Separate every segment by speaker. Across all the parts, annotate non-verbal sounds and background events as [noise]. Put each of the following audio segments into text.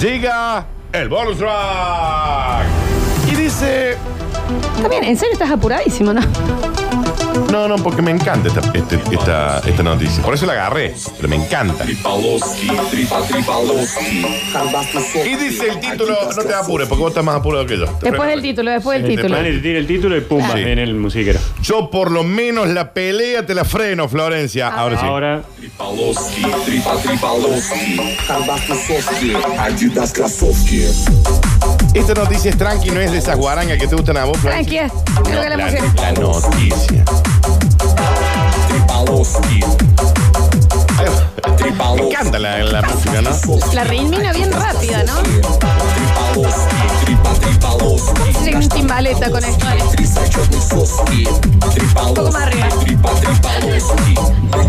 Speaker 1: Llega el bonus track. Y dice.
Speaker 2: Está bien, en serio estás apuradísimo, ¿no?
Speaker 1: No, no, porque me encanta esta, este- esta, esta noticia. Por eso la agarré, pero me encanta.
Speaker 3: Tripaloski, tripa, tripaloski.
Speaker 1: Y dice el título, no te apures, porque vos estás más apurado que yo.
Speaker 2: Después del título, después del
Speaker 1: Sí,
Speaker 2: título.
Speaker 1: después
Speaker 4: Dani te tira el título y pumba
Speaker 1: Sí.
Speaker 4: en el musiquero.
Speaker 1: Yo por lo menos la pelea te la freno, Florencia. Ahora sí.
Speaker 4: Ahora,
Speaker 3: Tripaloski, tripa, tripaloski. Karbatusovski, Adidas Krasovski.
Speaker 1: Esta noticia es tranqui, no es de esas guarangas que te gustan a vos,
Speaker 2: Tranqui,
Speaker 1: Florencia.
Speaker 2: es. Creo que la música.
Speaker 1: la noticia.
Speaker 3: Tripaloski,
Speaker 1: Ay, Me
Speaker 3: tripaloski.
Speaker 1: encanta la, la música, ¿no?
Speaker 2: La ritmina bien rápida, ¿no?
Speaker 3: Tripaloski, tripa, tripaloski.
Speaker 2: Tiene un timbaleta con esto.
Speaker 3: Trisachodnisoski,
Speaker 2: Un poco más
Speaker 3: tripaloski,
Speaker 2: arriba.
Speaker 3: tripa, tripaloski.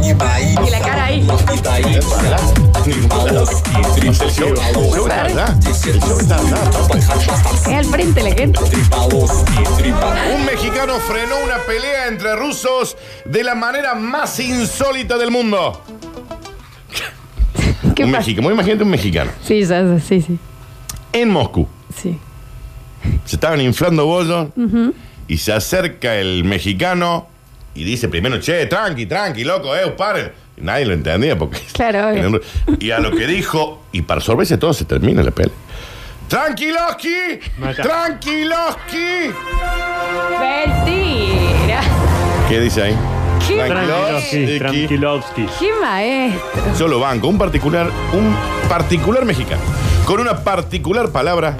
Speaker 3: Ibai,
Speaker 2: Y la cara ahí.
Speaker 3: Ibai, Tripaloski,
Speaker 1: Me
Speaker 3: tripaloski.
Speaker 1: gusta, ¿verdad?
Speaker 2: Es al frente la gente.
Speaker 3: Tripaloski, tripa.
Speaker 1: Un mexicano frenó una pelea entre rusos de la manera más insólita del mundo.
Speaker 2: ¿Qué
Speaker 1: un
Speaker 2: pasa?
Speaker 1: mexicano, muy imagínate un mexicano.
Speaker 2: Sí, ya, ya, sí, sí.
Speaker 1: En Moscú.
Speaker 2: Sí.
Speaker 1: Se estaban inflando bollos y se acerca el mexicano y dice primero, che, tranqui, tranqui, loco, eh, paren. Y nadie lo entendía porque... [laughs]
Speaker 2: Claro, obvio.
Speaker 1: Y a lo que dijo, y para sorpresa de todos se termina la pelea. ¡Tranquiloski!
Speaker 4: Mata.
Speaker 1: ¡Tranquiloski!
Speaker 2: Mentira.
Speaker 1: ¿Qué dice ahí?
Speaker 2: ¿Qué?
Speaker 4: Tranquilovsky, Tranquilovsky.
Speaker 2: Qué maestro.
Speaker 1: Solo banco, un particular, un particular mexicano, con una particular palabra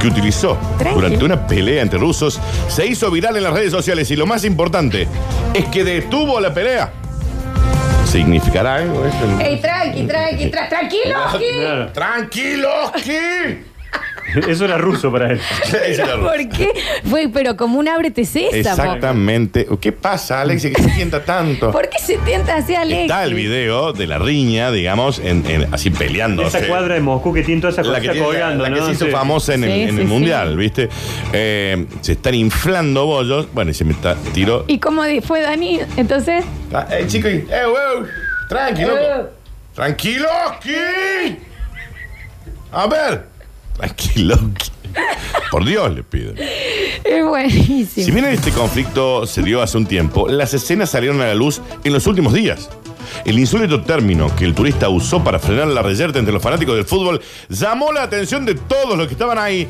Speaker 1: que utilizó
Speaker 2: Tranqui.
Speaker 1: durante una pelea entre rusos, se hizo viral en las redes sociales y lo más importante es que detuvo la pelea. ¿Significará algo esto?
Speaker 2: Ey, tranqui, tranqui, tra- tranquilo.
Speaker 1: Ah,
Speaker 2: ¿qué?
Speaker 4: Claro.
Speaker 1: ¡Tranquilo! ¿qué?
Speaker 4: Eso era ruso para él.
Speaker 2: [laughs] ¿Por qué? Fue, pero como un ábrete sésamo.
Speaker 1: Exactamente. ¿Qué pasa, Alex? ¿Qué se tienta tanto?
Speaker 2: ¿Por qué se tienta así, Alex?
Speaker 1: Está el video de la riña, digamos, en- en- así peleando.
Speaker 4: Esa cuadra de Moscú que tiene toda esa
Speaker 1: La que,
Speaker 4: cosa
Speaker 1: tiene-
Speaker 4: colgando,
Speaker 1: la que
Speaker 4: ¿no?
Speaker 1: se hizo
Speaker 4: Sí.
Speaker 1: famosa en el,
Speaker 2: Sí,
Speaker 1: en
Speaker 2: sí,
Speaker 1: el
Speaker 2: sí.
Speaker 1: Mundial, ¿viste? Eh, se están inflando bollos. Bueno, y se me está, tiró.
Speaker 2: ¿Y cómo di- fue Dani? Entonces,
Speaker 1: Ah, eh, chico, y- eh, wow, tranquilo.
Speaker 2: Eh.
Speaker 1: Tranquilo, ¿qué? A ver. Tranquilo. ¿qué? Por Dios le pido.
Speaker 2: es buenísimo.
Speaker 1: Si bien este conflicto se dio hace un tiempo, las escenas salieron a la luz en los últimos días. El insólito término que el turista usó para frenar la reyerta entre los fanáticos del fútbol llamó la atención de todos los que estaban ahí,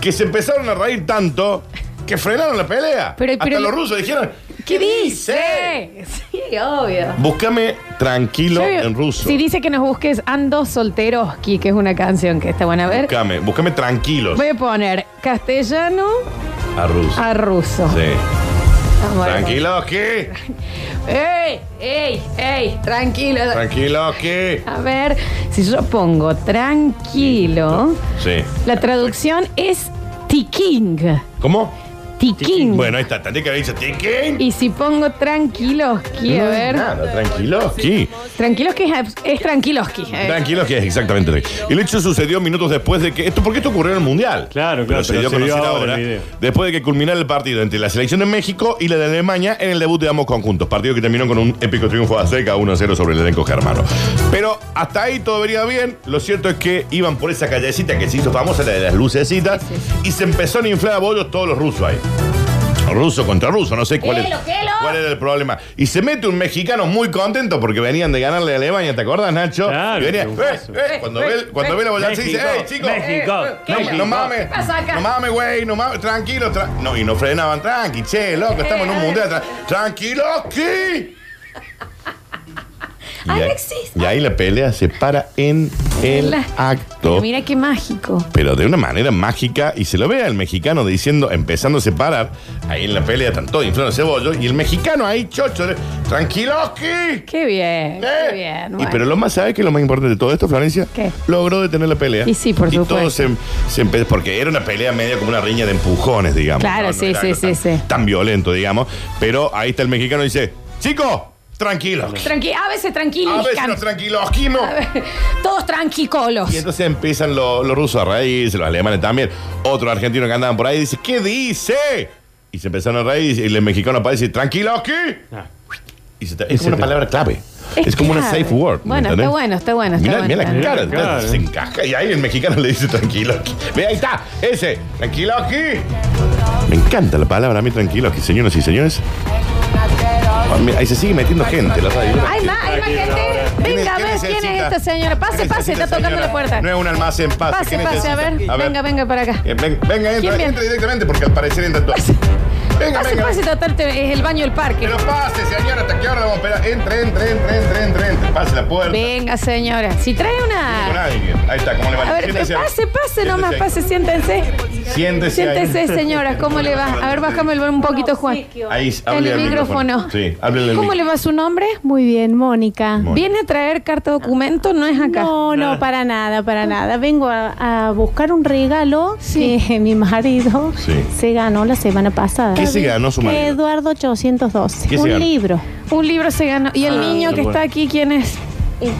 Speaker 1: que se empezaron a reír tanto que frenaron la pelea.
Speaker 2: Pero-
Speaker 1: Hasta
Speaker 2: pero-
Speaker 1: los rusos dijeron,
Speaker 2: ¿Qué dice? Sí, obvio.
Speaker 1: Búscame tranquilo en ruso.
Speaker 2: Si dice que nos busques Ando Solteroski, que es una canción que está buena. A ver,
Speaker 1: Búscame, búscame tranquilo
Speaker 2: voy a poner castellano
Speaker 1: a ruso.
Speaker 2: a ruso.
Speaker 1: Sí.
Speaker 2: Vamos a ver.
Speaker 1: Tranquilo, ¿qué?
Speaker 2: ¡Ey! ¡Ey! ¡Ey! Tranquilo.
Speaker 1: Tranquilo, ¿qué?
Speaker 2: A ver, si yo pongo tranquilo,
Speaker 1: Sí.
Speaker 2: la traducción es tiking.
Speaker 1: ¿Cómo?
Speaker 2: Tiking.
Speaker 1: Bueno, ahí está. Tendría que haber dicho, "Tiquín".
Speaker 2: Y si pongo tranquiloski,
Speaker 1: No
Speaker 2: a
Speaker 1: es
Speaker 2: ver.
Speaker 1: Mm, Nada, tranquiloski.
Speaker 2: Tranquiloski es, abs- es tranquiloski. eh.
Speaker 1: Tranquiloski es exactamente. lo que- El hecho sucedió minutos después de que. Esto, porque esto ocurrió en el Mundial.
Speaker 4: Claro, claro,
Speaker 1: Pero se
Speaker 4: pero
Speaker 1: dio a
Speaker 4: se vio
Speaker 1: conocer
Speaker 4: ahora
Speaker 1: ahora.
Speaker 4: el video.
Speaker 1: Después de que culminara el partido entre la selección de México y la de Alemania en el debut de ambos conjuntos. Partido que terminó con un épico triunfo a seca 1-0 sobre el elenco germano. Pero hasta ahí todo venía bien. Lo cierto es que iban por esa callecita que se hizo famosa, la de las lucecitas, y se empezaron a inflar a bollos todos los rusos ahí. Ruso contra ruso, no sé cuál, es,
Speaker 2: Gelo, gelo.
Speaker 1: cuál era el problema. Y se mete un mexicano muy contento porque venían de ganarle a Alemania, ¿te acordás, Nacho?
Speaker 4: Claro,
Speaker 1: Y venía,
Speaker 4: qué
Speaker 1: "Eh,
Speaker 4: gustazo".
Speaker 1: eh", cuando ve, el- cuando ve la bolsa dice,
Speaker 4: México,
Speaker 1: ¡Ey, chicos!
Speaker 4: México,
Speaker 1: eh, no,
Speaker 4: México.
Speaker 1: no mames,
Speaker 2: ¿Qué pasa acá?
Speaker 1: no mames, güey, no mames, tranquilo. tra- no, y no frenaban, tranqui, che, loco, estamos en un
Speaker 2: Eh,
Speaker 1: mundial. tra- tranquilo,
Speaker 2: [laughs]
Speaker 1: ¿qué? Y ahí,
Speaker 2: Alexis.
Speaker 1: y ahí la pelea se para en el
Speaker 2: La-
Speaker 1: acto.
Speaker 2: Mira qué mágico.
Speaker 1: pero de una manera mágica y se lo ve al mexicano diciendo, empezando a separar, ahí en la pelea están todos inflando cebollos y el mexicano ahí chocho, tranquiloski.
Speaker 2: Qué bien,
Speaker 1: ¿Eh?
Speaker 2: qué bien.
Speaker 1: Y
Speaker 2: bueno.
Speaker 1: pero lo más sabe que lo más importante de todo esto, Florencia,
Speaker 2: ¿Qué?
Speaker 1: logró detener la pelea.
Speaker 2: Y sí, por supuesto.
Speaker 1: todo se, se empe- porque era una pelea media como una riña de empujones, digamos.
Speaker 2: Claro, sí,
Speaker 1: era
Speaker 2: sí,
Speaker 1: algo
Speaker 2: sí,
Speaker 1: tan,
Speaker 2: sí.
Speaker 1: Tan violento, digamos. Pero ahí está el mexicano y dice, chico, tranquilo.
Speaker 2: Tranqui- a veces
Speaker 1: A
Speaker 2: tranquilos.
Speaker 1: veces nos tranquilosquimos.
Speaker 2: [laughs] Todos tranquicolos.
Speaker 1: Y entonces empiezan lo- los rusos a reírse, los alemanes también. Otros argentinos que andaban por ahí dice ¿qué dice? Y se empezaron a reír y el mexicano aparece, tranquilo aquí.
Speaker 4: Ah,
Speaker 1: Y se te- es como una palabra clave. Es como una
Speaker 2: claro.
Speaker 1: safe word, ¿me
Speaker 2: Bueno,
Speaker 1: entendés?
Speaker 2: está bueno, está bueno. Está
Speaker 1: Mirá,
Speaker 2: bueno,
Speaker 1: mirá
Speaker 2: está
Speaker 1: la
Speaker 2: bueno.
Speaker 1: cara,
Speaker 4: Mirá la cara.
Speaker 1: se encaja y ahí el mexicano le dice tranquilo aquí. Ve, ahí está, ese, tranquilo aquí. Me encanta la palabra a mí tranquilo aquí, señoras y señores. Ah, mira, Ahí se sigue metiendo gente la radio.
Speaker 2: Hay más, hay más gente.
Speaker 1: ¿Quién es-
Speaker 2: Venga, a ver quién es
Speaker 1: necesita?
Speaker 2: esta señora.
Speaker 1: ¿Qué
Speaker 2: Pase, pase,
Speaker 1: necesita,
Speaker 2: está tocando
Speaker 1: señora?
Speaker 2: la puerta.
Speaker 1: No es un almacén, pase.
Speaker 2: Pase,
Speaker 1: ¿qué
Speaker 2: pase, a ver.
Speaker 1: necesita?
Speaker 2: Venga, venga para acá.
Speaker 1: Eh, ven- Venga, entra,
Speaker 2: ¿Quién viene?
Speaker 1: entra directamente porque al parecer entra todo. Venga,
Speaker 2: Pase,
Speaker 1: venga.
Speaker 2: pase, total, te- es el baño del parque.
Speaker 1: Pero pase, señora, hasta qué hora vamos a esperar. Entre, entre, entre, entre, entre, entre. Pase la puerta.
Speaker 2: Venga, señora. Si trae
Speaker 1: Con
Speaker 2: una.
Speaker 1: alguien. Ahí está, ¿cómo le va?
Speaker 2: A ver,
Speaker 1: Siéntese ahí.
Speaker 2: pase, pase
Speaker 1: Siéntese
Speaker 2: nomás,
Speaker 1: ahí.
Speaker 2: pase, siéntense.
Speaker 1: Siéntese, ahí.
Speaker 2: Siéntese, señora. ¿Cómo le va? A ver, bájame el un poquito, Juan.
Speaker 1: Ahí,
Speaker 2: En
Speaker 1: háblele
Speaker 2: el
Speaker 1: al
Speaker 2: micrófono.
Speaker 1: Sí, háblele al
Speaker 2: ¿Cómo le
Speaker 1: micrófono.
Speaker 2: va su nombre? Muy bien, Mónica.
Speaker 1: Mónica.
Speaker 2: ¿Viene a traer carta documento? No es acá.
Speaker 5: No, no,
Speaker 4: Nada.
Speaker 5: para nada, para nada. Vengo a, a buscar un regalo
Speaker 2: Sí.
Speaker 5: que [laughs] mi marido
Speaker 1: Sí.
Speaker 5: se ganó la semana pasada.
Speaker 1: ¿Qué se ganó su marido?
Speaker 5: Eduardo 812.
Speaker 1: ¿Qué se
Speaker 5: un
Speaker 1: ganó?
Speaker 5: libro.
Speaker 2: Un libro se ganó. ¿Y el
Speaker 4: Ah,
Speaker 2: niño que
Speaker 4: bueno.
Speaker 2: está aquí quién es?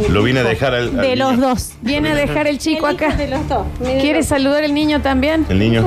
Speaker 1: Lo vine a dejar al. al
Speaker 5: de
Speaker 1: niño.
Speaker 5: los dos.
Speaker 2: Viene a dejar el chico acá.
Speaker 5: los dos.
Speaker 2: ¿Quiere saludar el niño también?
Speaker 1: El niño.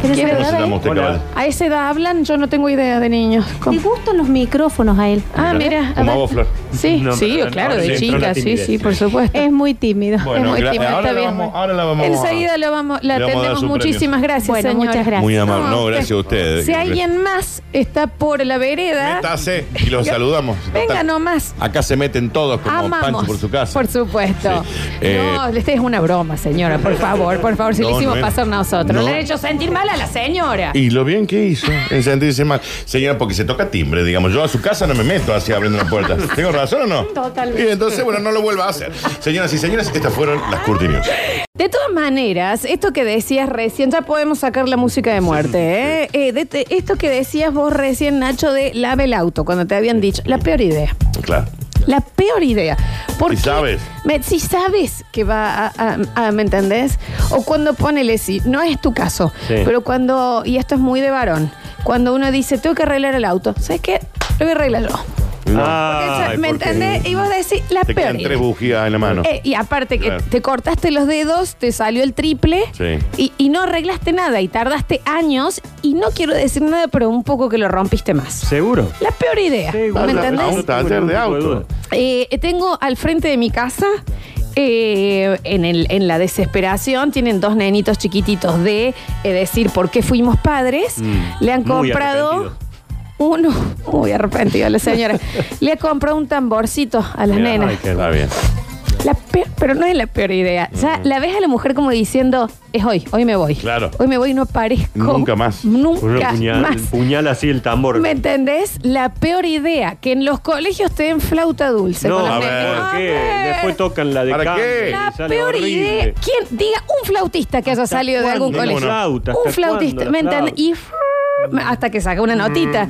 Speaker 5: ¿Quieres
Speaker 2: ¿Quiere
Speaker 1: ¿Cómo se
Speaker 5: saludar a él?
Speaker 1: llama usted,
Speaker 4: Hola.
Speaker 1: caballero?
Speaker 2: ¿A esa edad hablan? Yo no tengo idea de niños. ¿Cómo?
Speaker 5: Le gustan los micrófonos a él.
Speaker 2: Ah, mira. a
Speaker 1: Como a
Speaker 2: ver.
Speaker 1: vos, Flor.
Speaker 2: Sí,
Speaker 4: No,
Speaker 2: sí,
Speaker 4: pero no,
Speaker 2: claro,
Speaker 4: sí,
Speaker 2: de
Speaker 4: pero
Speaker 2: chica,
Speaker 4: la
Speaker 2: sí,
Speaker 4: timidez, sí.
Speaker 2: sí, por supuesto.
Speaker 5: Es muy tímido.
Speaker 1: Bueno,
Speaker 2: muy
Speaker 1: gra-
Speaker 2: tímido,
Speaker 1: ahora
Speaker 2: está
Speaker 1: la
Speaker 2: bien.
Speaker 1: vamos- ahora la vamos a-
Speaker 2: Enseguida la vamos, la
Speaker 1: Le vamos a dar
Speaker 2: atendemos.
Speaker 1: su premio.
Speaker 2: Muchísimas gracias,
Speaker 5: Bueno,
Speaker 2: señora.
Speaker 5: muchas gracias.
Speaker 1: Muy amable. No, Eh, gracias a ustedes.
Speaker 2: Si alguien más está por la vereda,
Speaker 1: Métase y los saludamos.
Speaker 2: venga nomás.
Speaker 1: Acá se meten todos como
Speaker 2: Amamos.
Speaker 1: Pancho por su casa.
Speaker 2: Por supuesto.
Speaker 1: Sí. Eh,
Speaker 2: no, esta es una broma,
Speaker 1: [laughs]
Speaker 2: señora. Por favor, por favor, si le
Speaker 1: No,
Speaker 2: hicimos
Speaker 1: no es-
Speaker 2: pasar nosotros.
Speaker 1: no.
Speaker 2: Le han hecho sentir mal a la señora.
Speaker 1: Y lo bien que hizo en sentirse mal. Señora, porque se toca timbre, digamos. Yo a su casa no me meto así abriendo la
Speaker 2: [laughs]
Speaker 1: puerta. ¿Tengo razón o no?
Speaker 2: Totalmente.
Speaker 1: Y entonces, bueno, no lo vuelva a hacer. Señoras y señores, estas fueron las Curti News.
Speaker 2: De todas maneras, esto que decías recién, ya podemos sacar la música de muerte, ¿eh? Eh, de- de- esto que decías vos recién, Nacho, de lave el auto, cuando te habían dicho, la peor idea.
Speaker 1: Claro.
Speaker 2: La peor idea. Porque
Speaker 1: Si sabes.
Speaker 2: me- si sabes que va a, a- a- ¿Me entendés? O cuando ponele, si no es tu caso,
Speaker 4: Sí.
Speaker 2: pero cuando, y esto es muy de varón, cuando uno dice, tengo que arreglar el auto, ¿sabes qué? Lo voy a arreglar yo. Eso,
Speaker 4: Ay,
Speaker 2: ¿Me
Speaker 4: porque-
Speaker 2: entendés? Y vos decís, la
Speaker 1: Ah, Te
Speaker 2: peor
Speaker 1: quedan tres
Speaker 2: idea.
Speaker 1: bujías en la mano.
Speaker 2: Eh, y aparte que
Speaker 1: Claro.
Speaker 2: te cortaste los dedos, te salió el triple
Speaker 1: Sí.
Speaker 2: y, y no arreglaste nada y tardaste años y no quiero decir nada, pero un poco que lo rompiste más.
Speaker 4: ¿Seguro?
Speaker 2: La peor idea.
Speaker 4: Seguro.
Speaker 2: ¿Me entendés?
Speaker 1: A un taller de auto.
Speaker 2: Eh, tengo al frente de mi casa, eh, en, el- en la desesperación, tienen dos nenitos chiquititos de eh, decir por qué fuimos padres.
Speaker 4: Mm,
Speaker 2: Le han
Speaker 4: muy
Speaker 2: comprado
Speaker 4: arrepentido.
Speaker 2: uno, muy arrepentido
Speaker 4: [laughs]
Speaker 2: la señora, le ha comprado un tamborcito a las
Speaker 4: Mirá,
Speaker 2: nenas.
Speaker 4: ay, qué-
Speaker 1: Está bien.
Speaker 2: La peor- pero no es la peor idea. Ya
Speaker 4: Mm.
Speaker 2: la ves a la mujer como diciendo, es hoy, hoy me voy.
Speaker 1: Claro.
Speaker 2: Hoy me voy y no aparezco.
Speaker 1: Nunca más.
Speaker 4: Con una
Speaker 2: Nunca
Speaker 4: puñal,
Speaker 2: más.
Speaker 4: puñal así el tambor.
Speaker 2: ¿Me entendés? La peor idea, que en los colegios te den flauta dulce.
Speaker 4: no,
Speaker 2: con los
Speaker 4: a ver,
Speaker 2: nenes.
Speaker 4: ¿por
Speaker 2: A
Speaker 4: qué?
Speaker 2: ver.
Speaker 4: Después tocan la de
Speaker 1: ¿Para
Speaker 4: cambio
Speaker 1: qué?
Speaker 4: y
Speaker 2: La
Speaker 4: sale
Speaker 2: peor
Speaker 4: horrible.
Speaker 2: idea. ¿Quién? Diga un flautista que haya
Speaker 4: ¿Hasta
Speaker 2: salido de
Speaker 4: cuándo?
Speaker 2: algún colegio.
Speaker 1: Ninguno.
Speaker 4: Flauta, ¿hasta
Speaker 2: un flautista.
Speaker 4: cuándo la
Speaker 2: ¿Me entiendes?
Speaker 4: flauta?
Speaker 2: Y frrr, hasta que saca una notita.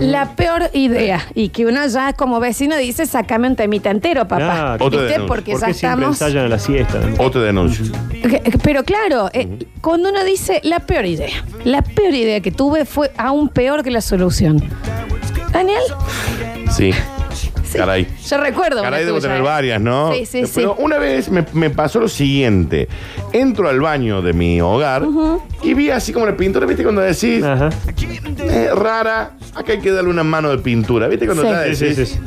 Speaker 2: La peor idea. Y que uno ya como vecino dice, sacame un temita entero, papá.
Speaker 4: Claro.
Speaker 1: Otra
Speaker 2: ¿Viste?
Speaker 1: denuncia.
Speaker 2: Porque
Speaker 4: ¿Por
Speaker 2: ya
Speaker 4: qué siempre
Speaker 2: estamos.
Speaker 4: ensayan a la siesta?
Speaker 1: Otro denuncio.
Speaker 2: Que- que- Pero claro, eh, cuando uno dice la peor idea, la peor idea que tuve fue aún peor que la solución. Daniel,
Speaker 1: Sí. Caray.
Speaker 2: yo recuerdo. una
Speaker 1: Caray, debo
Speaker 2: tuya,
Speaker 1: tener
Speaker 2: eh.
Speaker 1: varias, ¿no?
Speaker 2: Sí, sí,
Speaker 1: Pero
Speaker 2: sí.
Speaker 1: una vez me, me pasó lo siguiente. Entro al baño de mi hogar y vi así como la pintura, ¿viste? Cuando decís,
Speaker 2: Ah.
Speaker 4: Ajá.
Speaker 1: eh, rara, acá hay que darle una mano de pintura, ¿viste? Cuando
Speaker 2: Sí.
Speaker 1: ya
Speaker 4: Sí,
Speaker 1: decís,
Speaker 4: sí, sí, sí.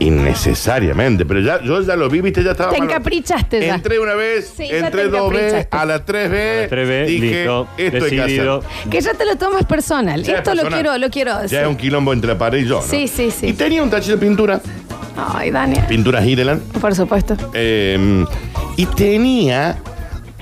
Speaker 1: innecesariamente. Pero ya, yo ya lo vi, ¿viste? Ya estaba...
Speaker 2: Te
Speaker 1: malo.
Speaker 2: encaprichaste ya.
Speaker 1: Entré una vez,
Speaker 2: Sí, ya
Speaker 1: entré
Speaker 2: te
Speaker 1: dos veces,
Speaker 2: encaprichaste.
Speaker 1: a la tres
Speaker 4: A
Speaker 1: veces,
Speaker 4: la 3B,
Speaker 1: dije,
Speaker 4: listo.
Speaker 1: esto hay
Speaker 4: decidido.
Speaker 1: que hacer.
Speaker 2: Que ya te lo tomas personal.
Speaker 1: Ya es
Speaker 2: Esto lo
Speaker 1: personal.
Speaker 2: quiero, lo quiero
Speaker 1: Ya
Speaker 2: decir.
Speaker 1: es un quilombo entre la pared y yo, ¿no?
Speaker 2: Sí, sí, sí.
Speaker 1: Y tenía un tacho de pintura,
Speaker 2: Ay, Daniel.
Speaker 1: pintura Hideland,
Speaker 2: Por supuesto.
Speaker 1: Eh, y tenía,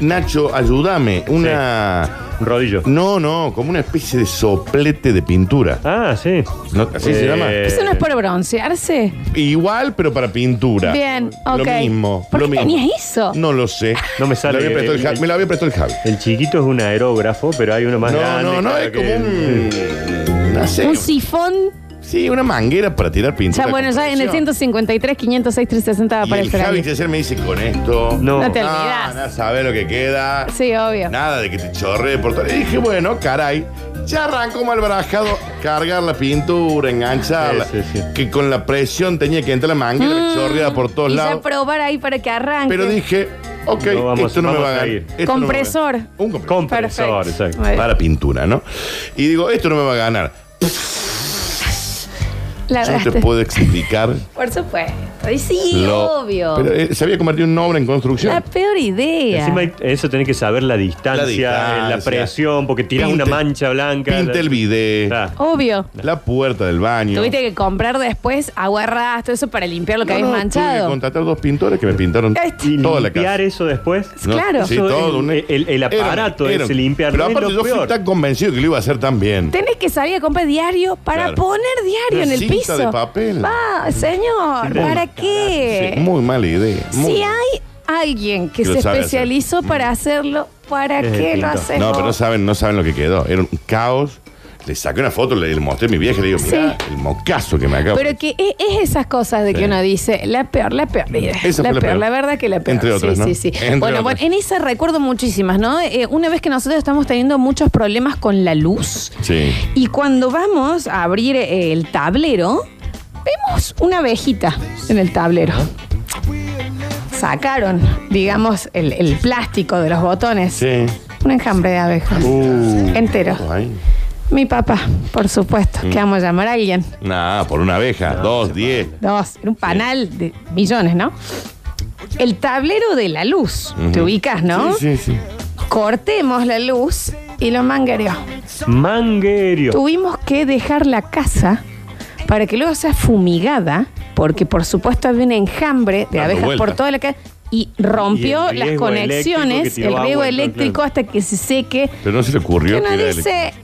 Speaker 1: Nacho, ayúdame, una...
Speaker 4: Un rodillo.
Speaker 1: No, no, como una especie de soplete de pintura.
Speaker 4: Ah, sí.
Speaker 1: ¿No? ¿Así se
Speaker 4: Eh,
Speaker 1: llama?
Speaker 2: Eso no es para broncearse.
Speaker 1: Igual, pero para pintura.
Speaker 2: Bien, ok.
Speaker 1: Lo mismo.
Speaker 2: ¿Por
Speaker 1: lo
Speaker 2: qué
Speaker 1: mismo.
Speaker 2: tenías eso?
Speaker 1: No lo sé.
Speaker 4: No me sale
Speaker 1: Me lo había prestado el,
Speaker 4: el- Ah,
Speaker 1: Javi- me lo había prestado el Javi.
Speaker 4: El chiquito es un aerógrafo, pero hay uno más
Speaker 1: No,
Speaker 4: grande.
Speaker 1: no, no,
Speaker 4: claro,
Speaker 1: es
Speaker 4: que-
Speaker 1: como un. No sé.
Speaker 2: Un sifón.
Speaker 1: Sí, una manguera para tirar pintura.
Speaker 2: Ya, bueno, ya en el 153, 506, 360 va
Speaker 1: Y
Speaker 2: para
Speaker 1: el
Speaker 2: el
Speaker 1: Javi
Speaker 2: Ferrari.
Speaker 1: Cheser me dice con esto.
Speaker 4: No.
Speaker 2: No te
Speaker 1: Ah,
Speaker 2: olvidas.
Speaker 1: nada, saber lo que queda.
Speaker 2: Sí, obvio.
Speaker 1: Nada de que te chorre por todo. Y dije, bueno, caray, ya arrancó mal barajado cargar la pintura, engancharla.
Speaker 4: Sí, sí, sí.
Speaker 1: Que con la presión tenía que entrar la manguera, me chorreaba por todos
Speaker 2: Mm. y
Speaker 1: lados.
Speaker 2: ya probar ahí para que arranque.
Speaker 1: Pero dije, ok,
Speaker 4: No, vamos-
Speaker 1: esto no me
Speaker 4: vamos
Speaker 1: va a
Speaker 4: a
Speaker 1: ganar.
Speaker 4: seguir.
Speaker 1: esto no me va a ganar.
Speaker 2: Compresor.
Speaker 1: Un compresor.
Speaker 4: Compresor, exacto.
Speaker 2: Bueno.
Speaker 1: Para pintura, ¿no? Y digo, esto no me va a ganar.
Speaker 2: La
Speaker 1: Yo no te
Speaker 2: verdad.
Speaker 1: puedo explicar
Speaker 2: Por supuesto. Y [laughs] sí,
Speaker 1: lo-
Speaker 2: obvio.
Speaker 1: Pero eh, se había convertido en una obra en construcción.
Speaker 2: La peor idea.
Speaker 4: Encima hay- eso tenés que saber la distancia,
Speaker 1: La
Speaker 4: la,
Speaker 1: distancia.
Speaker 4: presión, porque tirás
Speaker 1: Pinte-
Speaker 4: una mancha blanca. Ah.
Speaker 1: Pinta el bidet,
Speaker 4: Está.
Speaker 2: Obvio.
Speaker 1: la puerta del baño.
Speaker 2: Tuviste que comprar después agua rastro, eso para limpiar lo que
Speaker 1: No,
Speaker 2: habéis
Speaker 1: no, Tuve que
Speaker 2: manchado.
Speaker 1: contratar dos pintores que me pintaron
Speaker 2: Este.
Speaker 4: Y
Speaker 1: toda la
Speaker 4: limpiar
Speaker 1: casa.
Speaker 4: eso después.
Speaker 1: No,
Speaker 2: Claro.
Speaker 1: sí,
Speaker 4: Eso
Speaker 1: todo
Speaker 4: el-
Speaker 1: un-
Speaker 4: el- el
Speaker 1: Era-
Speaker 4: aparato
Speaker 1: era-
Speaker 4: ese limpiar,
Speaker 1: Pero
Speaker 4: no es
Speaker 1: aparte yo
Speaker 4: lo
Speaker 1: fui
Speaker 4: peor.
Speaker 1: tan convencido que lo iba a hacer tan bien.
Speaker 2: Tenés que salir a comprar diario para
Speaker 1: Claro.
Speaker 2: poner diario
Speaker 1: Una
Speaker 2: en el
Speaker 1: cinta
Speaker 2: piso.
Speaker 1: de papel. Mm.
Speaker 2: Va, señor,
Speaker 1: Muy-
Speaker 2: ¿para qué?
Speaker 1: Sí, muy mala idea. muy-
Speaker 2: Si hay alguien que,
Speaker 1: Que lo
Speaker 2: se
Speaker 1: sabe Mm.
Speaker 2: especializó para hacerlo, ¿para
Speaker 4: Es
Speaker 2: qué lo
Speaker 4: distinto.
Speaker 2: hacemos?
Speaker 1: No, pero no saben, no saben lo que quedó. Era un caos. Le saqué una foto, le, le mostré a mi vieja y le digo, mira, el mocazo que me acabo.
Speaker 2: Pero que es, es esas cosas de que
Speaker 1: Sí.
Speaker 2: uno dice, la peor, la peor. mira,
Speaker 1: Esa
Speaker 2: la,
Speaker 1: fue la
Speaker 2: peor,
Speaker 1: peor.
Speaker 2: la verdad que la peor.
Speaker 1: Entre otras,
Speaker 2: sí,
Speaker 1: ¿no?
Speaker 2: sí, sí.
Speaker 1: Entre
Speaker 2: bueno,
Speaker 1: otras.
Speaker 2: bueno, en esa recuerdo muchísimas, ¿no? Eh, una vez que nosotros estamos teniendo muchos problemas con la luz
Speaker 1: Sí.
Speaker 2: y cuando vamos a abrir eh, el tablero, vemos una abejita en el tablero. Sacaron, digamos, el, el plástico de los botones.
Speaker 1: Sí.
Speaker 2: Un enjambre de abejas.
Speaker 1: Uh. Mm.
Speaker 2: Entero.
Speaker 1: Ay.
Speaker 2: Mi papá, por supuesto, que vamos a llamar a alguien.
Speaker 1: Nah, por una abeja, dos, diez.
Speaker 2: Dos, era un panal de millones, ¿no? El tablero de la luz, te ubicas, ¿no?
Speaker 1: Sí, sí, sí.
Speaker 2: Cortemos la luz y lo mangareó.
Speaker 4: Manguerio.
Speaker 2: Tuvimos que dejar la casa para que luego sea fumigada, porque por supuesto había un enjambre de
Speaker 1: Dando
Speaker 2: abejas
Speaker 1: vueltas.
Speaker 2: por toda la casa y rompió
Speaker 4: Y el
Speaker 2: las
Speaker 4: riego eléctrico
Speaker 2: conexiones,
Speaker 4: que
Speaker 2: el
Speaker 4: tiró
Speaker 2: riego
Speaker 4: agua,
Speaker 2: eléctrico
Speaker 4: claro.
Speaker 2: hasta que se seque.
Speaker 1: Pero no se le
Speaker 2: Que
Speaker 1: ocurrió
Speaker 2: uno
Speaker 1: que era
Speaker 2: dice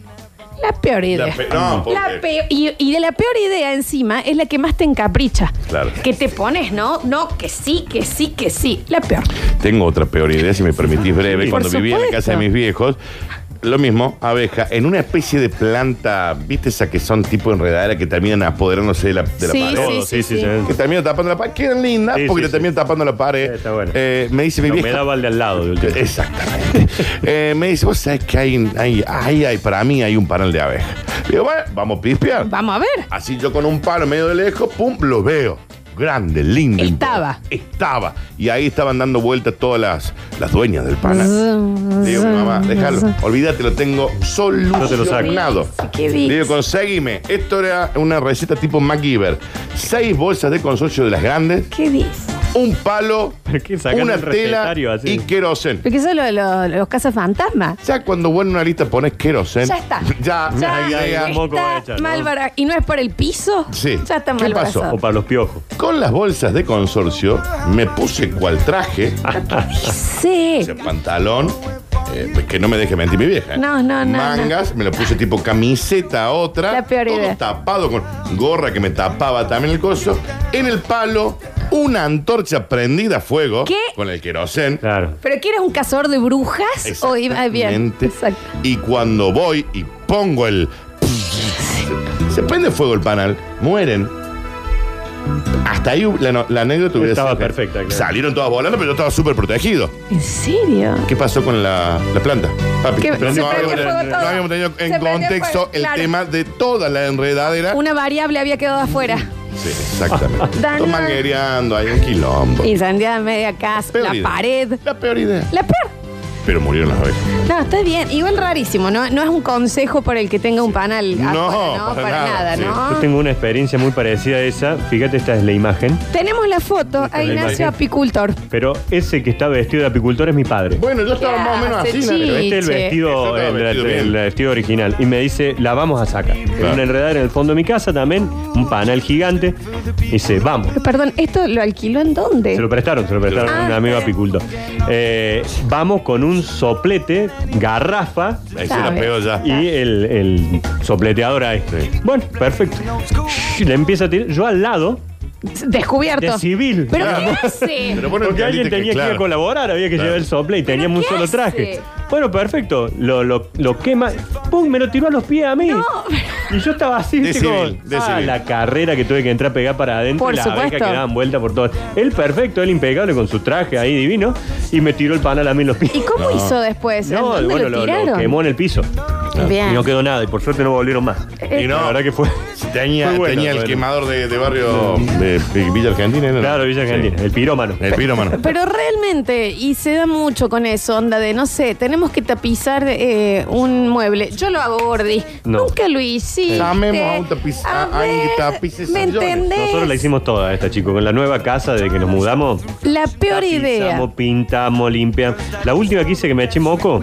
Speaker 2: la peor idea.
Speaker 1: La pe- no, porque-
Speaker 2: La peor- y, y de la peor idea encima es la que más te encapricha.
Speaker 1: Claro.
Speaker 2: Que te pones, ¿no? No, que sí, que sí, que sí. La peor.
Speaker 1: Tengo otra peor idea, si me permitís breve.
Speaker 2: Sí, por
Speaker 1: Cuando vivía en la
Speaker 2: supuesto.
Speaker 1: casa de mis viejos, lo mismo, abeja, en una especie de planta, ¿viste esa que son tipo enredadera que terminan apoderándose de la, de la
Speaker 2: Sí,
Speaker 1: pared?
Speaker 2: sí,
Speaker 4: Todo, sí,
Speaker 2: sí,
Speaker 4: sí,
Speaker 2: sí.
Speaker 1: Que
Speaker 4: sí.
Speaker 1: terminan tapando la pared. Quedan lindas
Speaker 4: Sí,
Speaker 1: porque
Speaker 4: sí,
Speaker 1: te
Speaker 4: sí.
Speaker 1: terminan tapando la pared.
Speaker 4: Está bueno.
Speaker 1: Eh, me dice [laughs] mi
Speaker 4: No, me
Speaker 1: vieja.
Speaker 4: daba el de al lado. de última.
Speaker 1: [laughs] Exactamente. Eh, me dice, vos sabés que hay, hay, hay, hay- para mí hay un panel de abejas. Digo, bueno, vamos a pispear.
Speaker 2: Vamos a ver.
Speaker 1: Así yo con un palo medio de lejos, pum, lo veo. Grande, lindo.
Speaker 2: Estaba.
Speaker 1: imponente. Estaba. Y ahí estaban dando vueltas todas las, las dueñas del panel. Le digo, mamá, déjalo. Olvídate, lo tengo
Speaker 4: te lo saco.
Speaker 1: solucionado.
Speaker 2: ¿Qué dices?
Speaker 1: Le digo, conseguime. Esto era una receta tipo MacGyver. Seis bolsas de consorcio de las grandes,
Speaker 2: ¿Qué dices?
Speaker 1: un palo,
Speaker 4: ¿Pero [laughs] qué? Sacan
Speaker 1: una
Speaker 4: el
Speaker 1: tela
Speaker 4: recetario así.
Speaker 1: y querosén.
Speaker 2: Porque eso lo, lo- los cazafantasmas.
Speaker 1: Ya cuando vuelve una lista pones querosén.
Speaker 2: Ya está.
Speaker 1: [laughs] Ya,
Speaker 2: Ya,
Speaker 1: ahí, ahí, ahí.
Speaker 4: moco va a
Speaker 2: está
Speaker 4: echar, ¿no?
Speaker 2: mal bara- Y no es para el piso.
Speaker 1: Sí.
Speaker 2: Ya está
Speaker 1: ¿Qué
Speaker 2: mal
Speaker 1: pasó?
Speaker 2: barazado.
Speaker 4: O para los piojos.
Speaker 1: Con las bolsas de consorcio me puse cual traje,
Speaker 2: Sí.
Speaker 1: ese pantalón, eh, pues que no me deje mentir mi vieja. ¿eh?
Speaker 2: No, no, no,
Speaker 1: Mangas, me lo puse tipo camiseta otra.
Speaker 2: La peor
Speaker 1: todo
Speaker 2: idea.
Speaker 1: tapado con gorra que me tapaba también el coso. En el palo, una antorcha prendida a fuego.
Speaker 2: ¿Qué?
Speaker 1: Con el querosén.
Speaker 4: Claro.
Speaker 2: ¿Pero que eras un cazador de brujas? O iba ah, bien.
Speaker 1: Exactamente.
Speaker 2: Exacto.
Speaker 1: Y cuando voy y pongo el. Se prende fuego el panal, mueren. Hasta ahí la, no- la anécdota hubiera
Speaker 4: Estaba
Speaker 1: sido-
Speaker 4: perfecta, claro.
Speaker 1: Salieron todas volando, pero yo estaba súper protegido.
Speaker 2: ¿En serio?
Speaker 1: ¿Qué pasó con la, la planta? Papi,
Speaker 2: Que
Speaker 1: pero
Speaker 2: se
Speaker 1: no,
Speaker 2: prendió
Speaker 1: habíamos,
Speaker 2: fuego
Speaker 1: no
Speaker 2: todo.
Speaker 1: habíamos tenido
Speaker 2: Se
Speaker 1: en
Speaker 2: prendió
Speaker 1: contexto
Speaker 2: fuego,
Speaker 1: el
Speaker 2: claro.
Speaker 1: tema de toda la enredadera.
Speaker 2: Una variable había quedado afuera.
Speaker 1: Sí,
Speaker 2: [laughs]
Speaker 1: exactamente.
Speaker 2: Dana.
Speaker 1: Toman manguereando, hay un quilombo.
Speaker 2: Incendiada media casa,
Speaker 1: Peor
Speaker 2: la
Speaker 1: idea.
Speaker 2: pared.
Speaker 1: La peor idea.
Speaker 2: La peor.
Speaker 1: Pero murieron las abejas.
Speaker 2: No, está bien. Igual rarísimo, ¿no? No es un consejo para el que tenga un panal.
Speaker 1: No,
Speaker 2: afuera,
Speaker 1: para nada, sí.
Speaker 4: Yo
Speaker 2: ¿no?
Speaker 4: tengo una experiencia muy parecida a esa. Fíjate, esta es la imagen.
Speaker 2: Tenemos la foto a
Speaker 4: la
Speaker 2: Ignacio
Speaker 4: imagen.
Speaker 2: Apicultor.
Speaker 4: Pero ese que está vestido de apicultor es mi padre.
Speaker 1: Bueno, yo estaba más o menos
Speaker 2: hace,
Speaker 1: así,
Speaker 2: chi?
Speaker 1: Nani.
Speaker 4: Pero este es el
Speaker 2: Che.
Speaker 1: Eso
Speaker 4: vestido,
Speaker 1: estaba
Speaker 4: el,
Speaker 1: vestido
Speaker 4: el-
Speaker 1: bien.
Speaker 4: el vestido original. Y me dice, la vamos a sacar. En
Speaker 1: Claro.
Speaker 4: una enredadera en el fondo de mi casa también, un panel gigante. Y dice, vamos.
Speaker 2: Pero, Perdón, ¿esto lo alquiló en dónde?
Speaker 4: Se lo prestaron, se lo prestaron a un
Speaker 2: Ah,
Speaker 4: amigo
Speaker 2: está bien.
Speaker 4: apicultor. Eh, vamos con un soplete, garrafa
Speaker 1: Ahí se la
Speaker 2: Sabe.
Speaker 1: pegó ya.
Speaker 4: y el, el sopleteador ahí.
Speaker 1: Sí.
Speaker 4: Bueno, perfecto. Shhh, Le empieza a tirar. Yo al lado,
Speaker 2: Descubierto.
Speaker 4: de civil.
Speaker 2: ¿Pero
Speaker 1: Claro.
Speaker 2: qué hace?
Speaker 1: Pero vos no
Speaker 4: Porque alguien
Speaker 1: entendiste
Speaker 4: tenía que, ir
Speaker 1: claro.
Speaker 4: a colaborar, había que
Speaker 1: Claro.
Speaker 4: llevar el sople y teníamos un
Speaker 2: qué
Speaker 4: solo
Speaker 2: hace?
Speaker 4: traje. Bueno, perfecto. Lo, lo, lo quema. ¡Pum! Me lo tiró a los pies a mí. [laughs] Y yo estaba así,
Speaker 1: De
Speaker 4: viste, como,
Speaker 1: civil, de
Speaker 4: ah,
Speaker 1: civil.
Speaker 4: la carrera que tuve que entrar a pegar para adentro.
Speaker 2: Por
Speaker 4: y las abejas
Speaker 2: supuesto.
Speaker 4: que daban vuelta por todo. Él perfecto, él impecable con su traje ahí divino. Y me tiró el panal a mí en los pies.
Speaker 2: ¿Y cómo
Speaker 1: No.
Speaker 2: hizo después? ¿En
Speaker 4: No,
Speaker 2: dónde
Speaker 4: bueno,
Speaker 2: lo
Speaker 4: lo, lo
Speaker 2: tiraron?
Speaker 4: quemó en el piso.
Speaker 2: Bien. Eh,
Speaker 4: Y no quedó nada. Y por suerte no volvieron más.
Speaker 1: Y no. [laughs]
Speaker 4: La verdad que fue.
Speaker 1: Tenía,
Speaker 4: Fue bueno,
Speaker 1: tenía el
Speaker 4: bueno.
Speaker 1: quemador de, de barrio de, de Villa Argentina, ¿no?
Speaker 4: Claro, Villa Argentina,
Speaker 1: Sí.
Speaker 4: el pirómano.
Speaker 1: El pirómano.
Speaker 2: Pero realmente, y se da mucho con eso, onda de, no sé, tenemos que tapizar eh, un mueble. Yo lo hago gordi.
Speaker 4: No.
Speaker 2: Nunca lo hiciste.
Speaker 1: Llamemos a un tapiz-
Speaker 2: A
Speaker 1: a alguien que
Speaker 2: ver,
Speaker 1: tapice
Speaker 2: ¿Me
Speaker 1: sillones.
Speaker 2: entendés?
Speaker 4: Nosotros la hicimos toda esta, chicos. Con la nueva casa de que nos mudamos.
Speaker 2: La peor idea.
Speaker 4: Tapizamos, pintamos, limpiamos. La última que hice que me eché moco,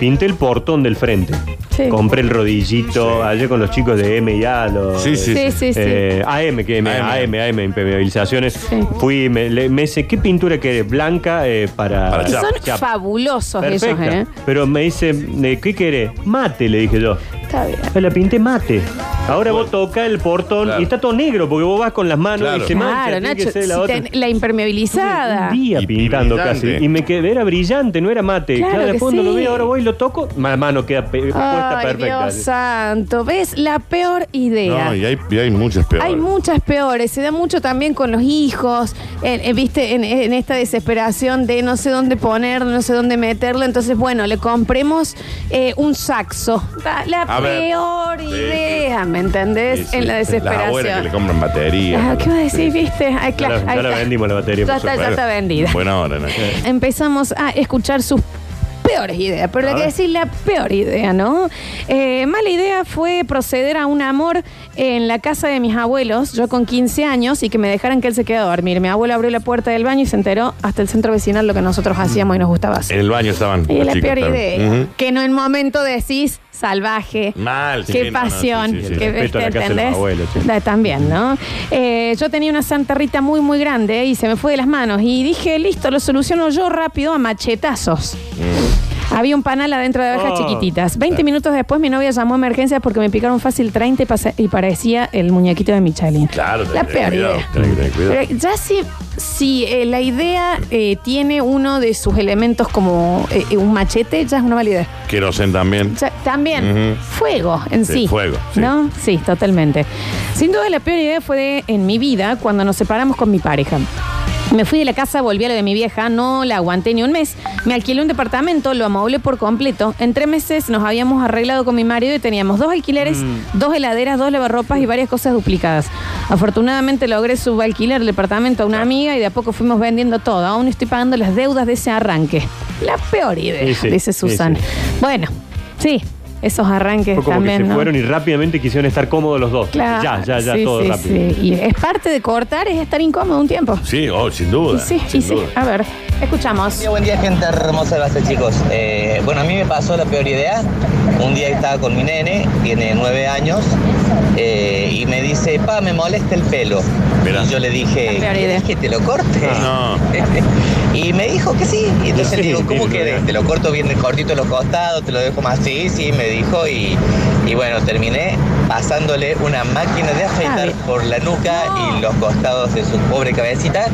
Speaker 4: pinté el portón del frente.
Speaker 2: Sí.
Speaker 4: Compré el rodillito ayer con los chicos de MIA, los
Speaker 1: Sí, sí,
Speaker 2: Sí, sí, sí.
Speaker 4: eh, AM, que me-
Speaker 1: AM.
Speaker 4: AM, AM, impermeabilizaciones. Fui, me, le- me dice, ¿qué pintura querés? Blanca eh, para,
Speaker 1: Para
Speaker 2: Y
Speaker 1: chapa,
Speaker 2: son
Speaker 4: chapa.
Speaker 2: fabulosos
Speaker 4: Perfecta.
Speaker 2: ellos, ¿eh?
Speaker 4: Pero me dice, eh, ¿qué querés? Mate, le dije yo.
Speaker 2: Está bien.
Speaker 4: Me la pinté mate. Ahora vos toca el portón
Speaker 1: Claro.
Speaker 4: y está todo negro porque vos vas con las manos
Speaker 1: Claro.
Speaker 4: y se mancha.
Speaker 2: Claro,
Speaker 4: tiene que
Speaker 2: Nacho,
Speaker 4: ser
Speaker 2: si
Speaker 4: la otra.
Speaker 2: ten- la impermeabilizada.
Speaker 4: Un día
Speaker 1: Y
Speaker 4: pintando
Speaker 1: brillante.
Speaker 4: casi. Y me quedé, era brillante, no era mate.
Speaker 2: Claro
Speaker 4: Claro,
Speaker 2: que
Speaker 4: después
Speaker 2: sí.
Speaker 4: cuando lo veo, ahora voy y lo toco, la mano queda pe- puesta
Speaker 2: Ay,
Speaker 4: perfecta.
Speaker 2: Dios santo. ¿Ves? La peor idea.
Speaker 1: No, y hay, y hay muchas peores.
Speaker 2: Hay muchas peores, se da mucho también con los hijos, en- en- viste, en, en esta desesperación de no sé dónde poner, no sé dónde meterlo, entonces bueno, le compremos eh, un saxo. Da- La
Speaker 1: A ver.
Speaker 2: peor
Speaker 1: Sí,
Speaker 2: idea, ¿me entendés?
Speaker 1: Sí, sí.
Speaker 2: en la
Speaker 1: Las abuelas que
Speaker 2: desesperación.
Speaker 1: le compran batería.
Speaker 2: Ah, ¿Qué vas a decir, viste? Ay,
Speaker 4: Ya
Speaker 2: claro,
Speaker 4: la, ya
Speaker 2: ahí
Speaker 4: la
Speaker 2: está.
Speaker 4: vendimos la batería.
Speaker 2: Ya
Speaker 4: por
Speaker 2: está,
Speaker 4: supuesto.
Speaker 2: ya está vendida.
Speaker 1: Buena hora, ¿no?
Speaker 2: Empezamos a escuchar sus peores ideas, pero la
Speaker 4: A
Speaker 2: que
Speaker 4: ver.
Speaker 2: decís la peor idea, ¿no? Eh, mala idea fue proceder a un amor en la casa de mis abuelos, yo con 15 años, y que me dejaran que él se quede a dormir. Mi abuelo abrió la puerta del baño y se enteró hasta el centro vecinal lo que nosotros hacíamos y nos gustaba hacer.
Speaker 1: En el baño estaban.
Speaker 2: y
Speaker 1: los
Speaker 2: la
Speaker 1: chicos,
Speaker 2: peor
Speaker 1: estaban.
Speaker 2: idea,
Speaker 1: Ujú.
Speaker 2: que no en momento decís salvaje.
Speaker 1: Mal. sí, no,
Speaker 2: Qué
Speaker 1: no, sí,
Speaker 2: pasión.
Speaker 1: sí, sí.
Speaker 2: qué
Speaker 4: Respeto a la casa
Speaker 2: bestia,
Speaker 4: de los
Speaker 2: ¿entendés?
Speaker 4: abuelos, sí.
Speaker 2: Da- También, ¿no? Eh, yo tenía una Santa Rita muy, muy grande y se me fue de las manos. Y dije, listo, lo soluciono yo rápido a machetazos.
Speaker 1: Mm.
Speaker 2: Había un panal adentro de abejas
Speaker 4: Oh.
Speaker 2: chiquititas. 20 minutos después mi novia llamó a emergencias porque me picaron fácil 30 y, pasa- y parecía el muñequito de Michelin.
Speaker 1: Claro,
Speaker 2: La
Speaker 1: tenés
Speaker 2: peor
Speaker 1: cuidado,
Speaker 2: idea.
Speaker 1: tenés que tener cuidado.
Speaker 2: Pero ya si, si eh, la idea eh, tiene uno de sus elementos como eh, un machete, ya es una mala idea.
Speaker 1: Querosén también.
Speaker 2: O sea, también,
Speaker 1: Ujú.
Speaker 2: fuego en
Speaker 1: Sí,
Speaker 2: sí.
Speaker 1: fuego, sí.
Speaker 2: ¿No? Sí, totalmente. Sin duda, la peor idea fue de- en mi vida cuando nos separamos con mi pareja. Me fui de la casa, volví a lo de mi vieja, no la aguanté ni un mes. Me alquilé un departamento, lo amoblé por completo. En tres meses nos habíamos arreglado con mi marido y teníamos dos alquileres, dos heladeras, dos lavarropas y varias cosas duplicadas. Afortunadamente logré subalquilar el departamento a una amiga y de a poco fuimos vendiendo todo. Aún estoy pagando las deudas de ese arranque. La peor idea,
Speaker 4: Sí, sí,
Speaker 2: dice
Speaker 4: sí,
Speaker 2: Susana.
Speaker 4: sí.
Speaker 2: Bueno, sí, esos arranques
Speaker 4: Fue como
Speaker 2: también.
Speaker 4: que se
Speaker 2: ¿no?
Speaker 4: fueron y rápidamente quisieron estar cómodos los dos.
Speaker 2: Claro,
Speaker 4: Ya, ya, ya,
Speaker 2: sí,
Speaker 4: todo
Speaker 2: sí,
Speaker 4: rápido.
Speaker 2: sí. Y es parte de cortar, es estar incómodo un tiempo.
Speaker 1: Sí, oh, sin
Speaker 2: Y
Speaker 1: duda.
Speaker 2: sí, y
Speaker 1: sin
Speaker 2: sí.
Speaker 1: duda.
Speaker 2: A ver, escuchamos.
Speaker 6: día, buen día, gente hermosa de base, chicos. Eh, bueno, a mí me pasó la peor idea. Un día estaba con mi nene, tiene nueve años, eh, y me dice, pa, me molesta el pelo.
Speaker 1: Mirá.
Speaker 6: Y yo le dije,
Speaker 2: La peor idea.
Speaker 6: "¿Querés que te lo corte?
Speaker 2: Ah.
Speaker 6: [laughs]
Speaker 1: No.
Speaker 6: y me dijo que sí. Y entonces
Speaker 4: Sí,
Speaker 6: le digo, ¿cómo
Speaker 4: sí,
Speaker 6: querés?
Speaker 4: lo-
Speaker 6: Te lo corto bien de cortito a los costados, te lo dejo más así, sí, me dijo. Y, y bueno, terminé pasándole una máquina de afeitar
Speaker 2: bien.
Speaker 6: por la nuca y los costados de su pobre cabecita,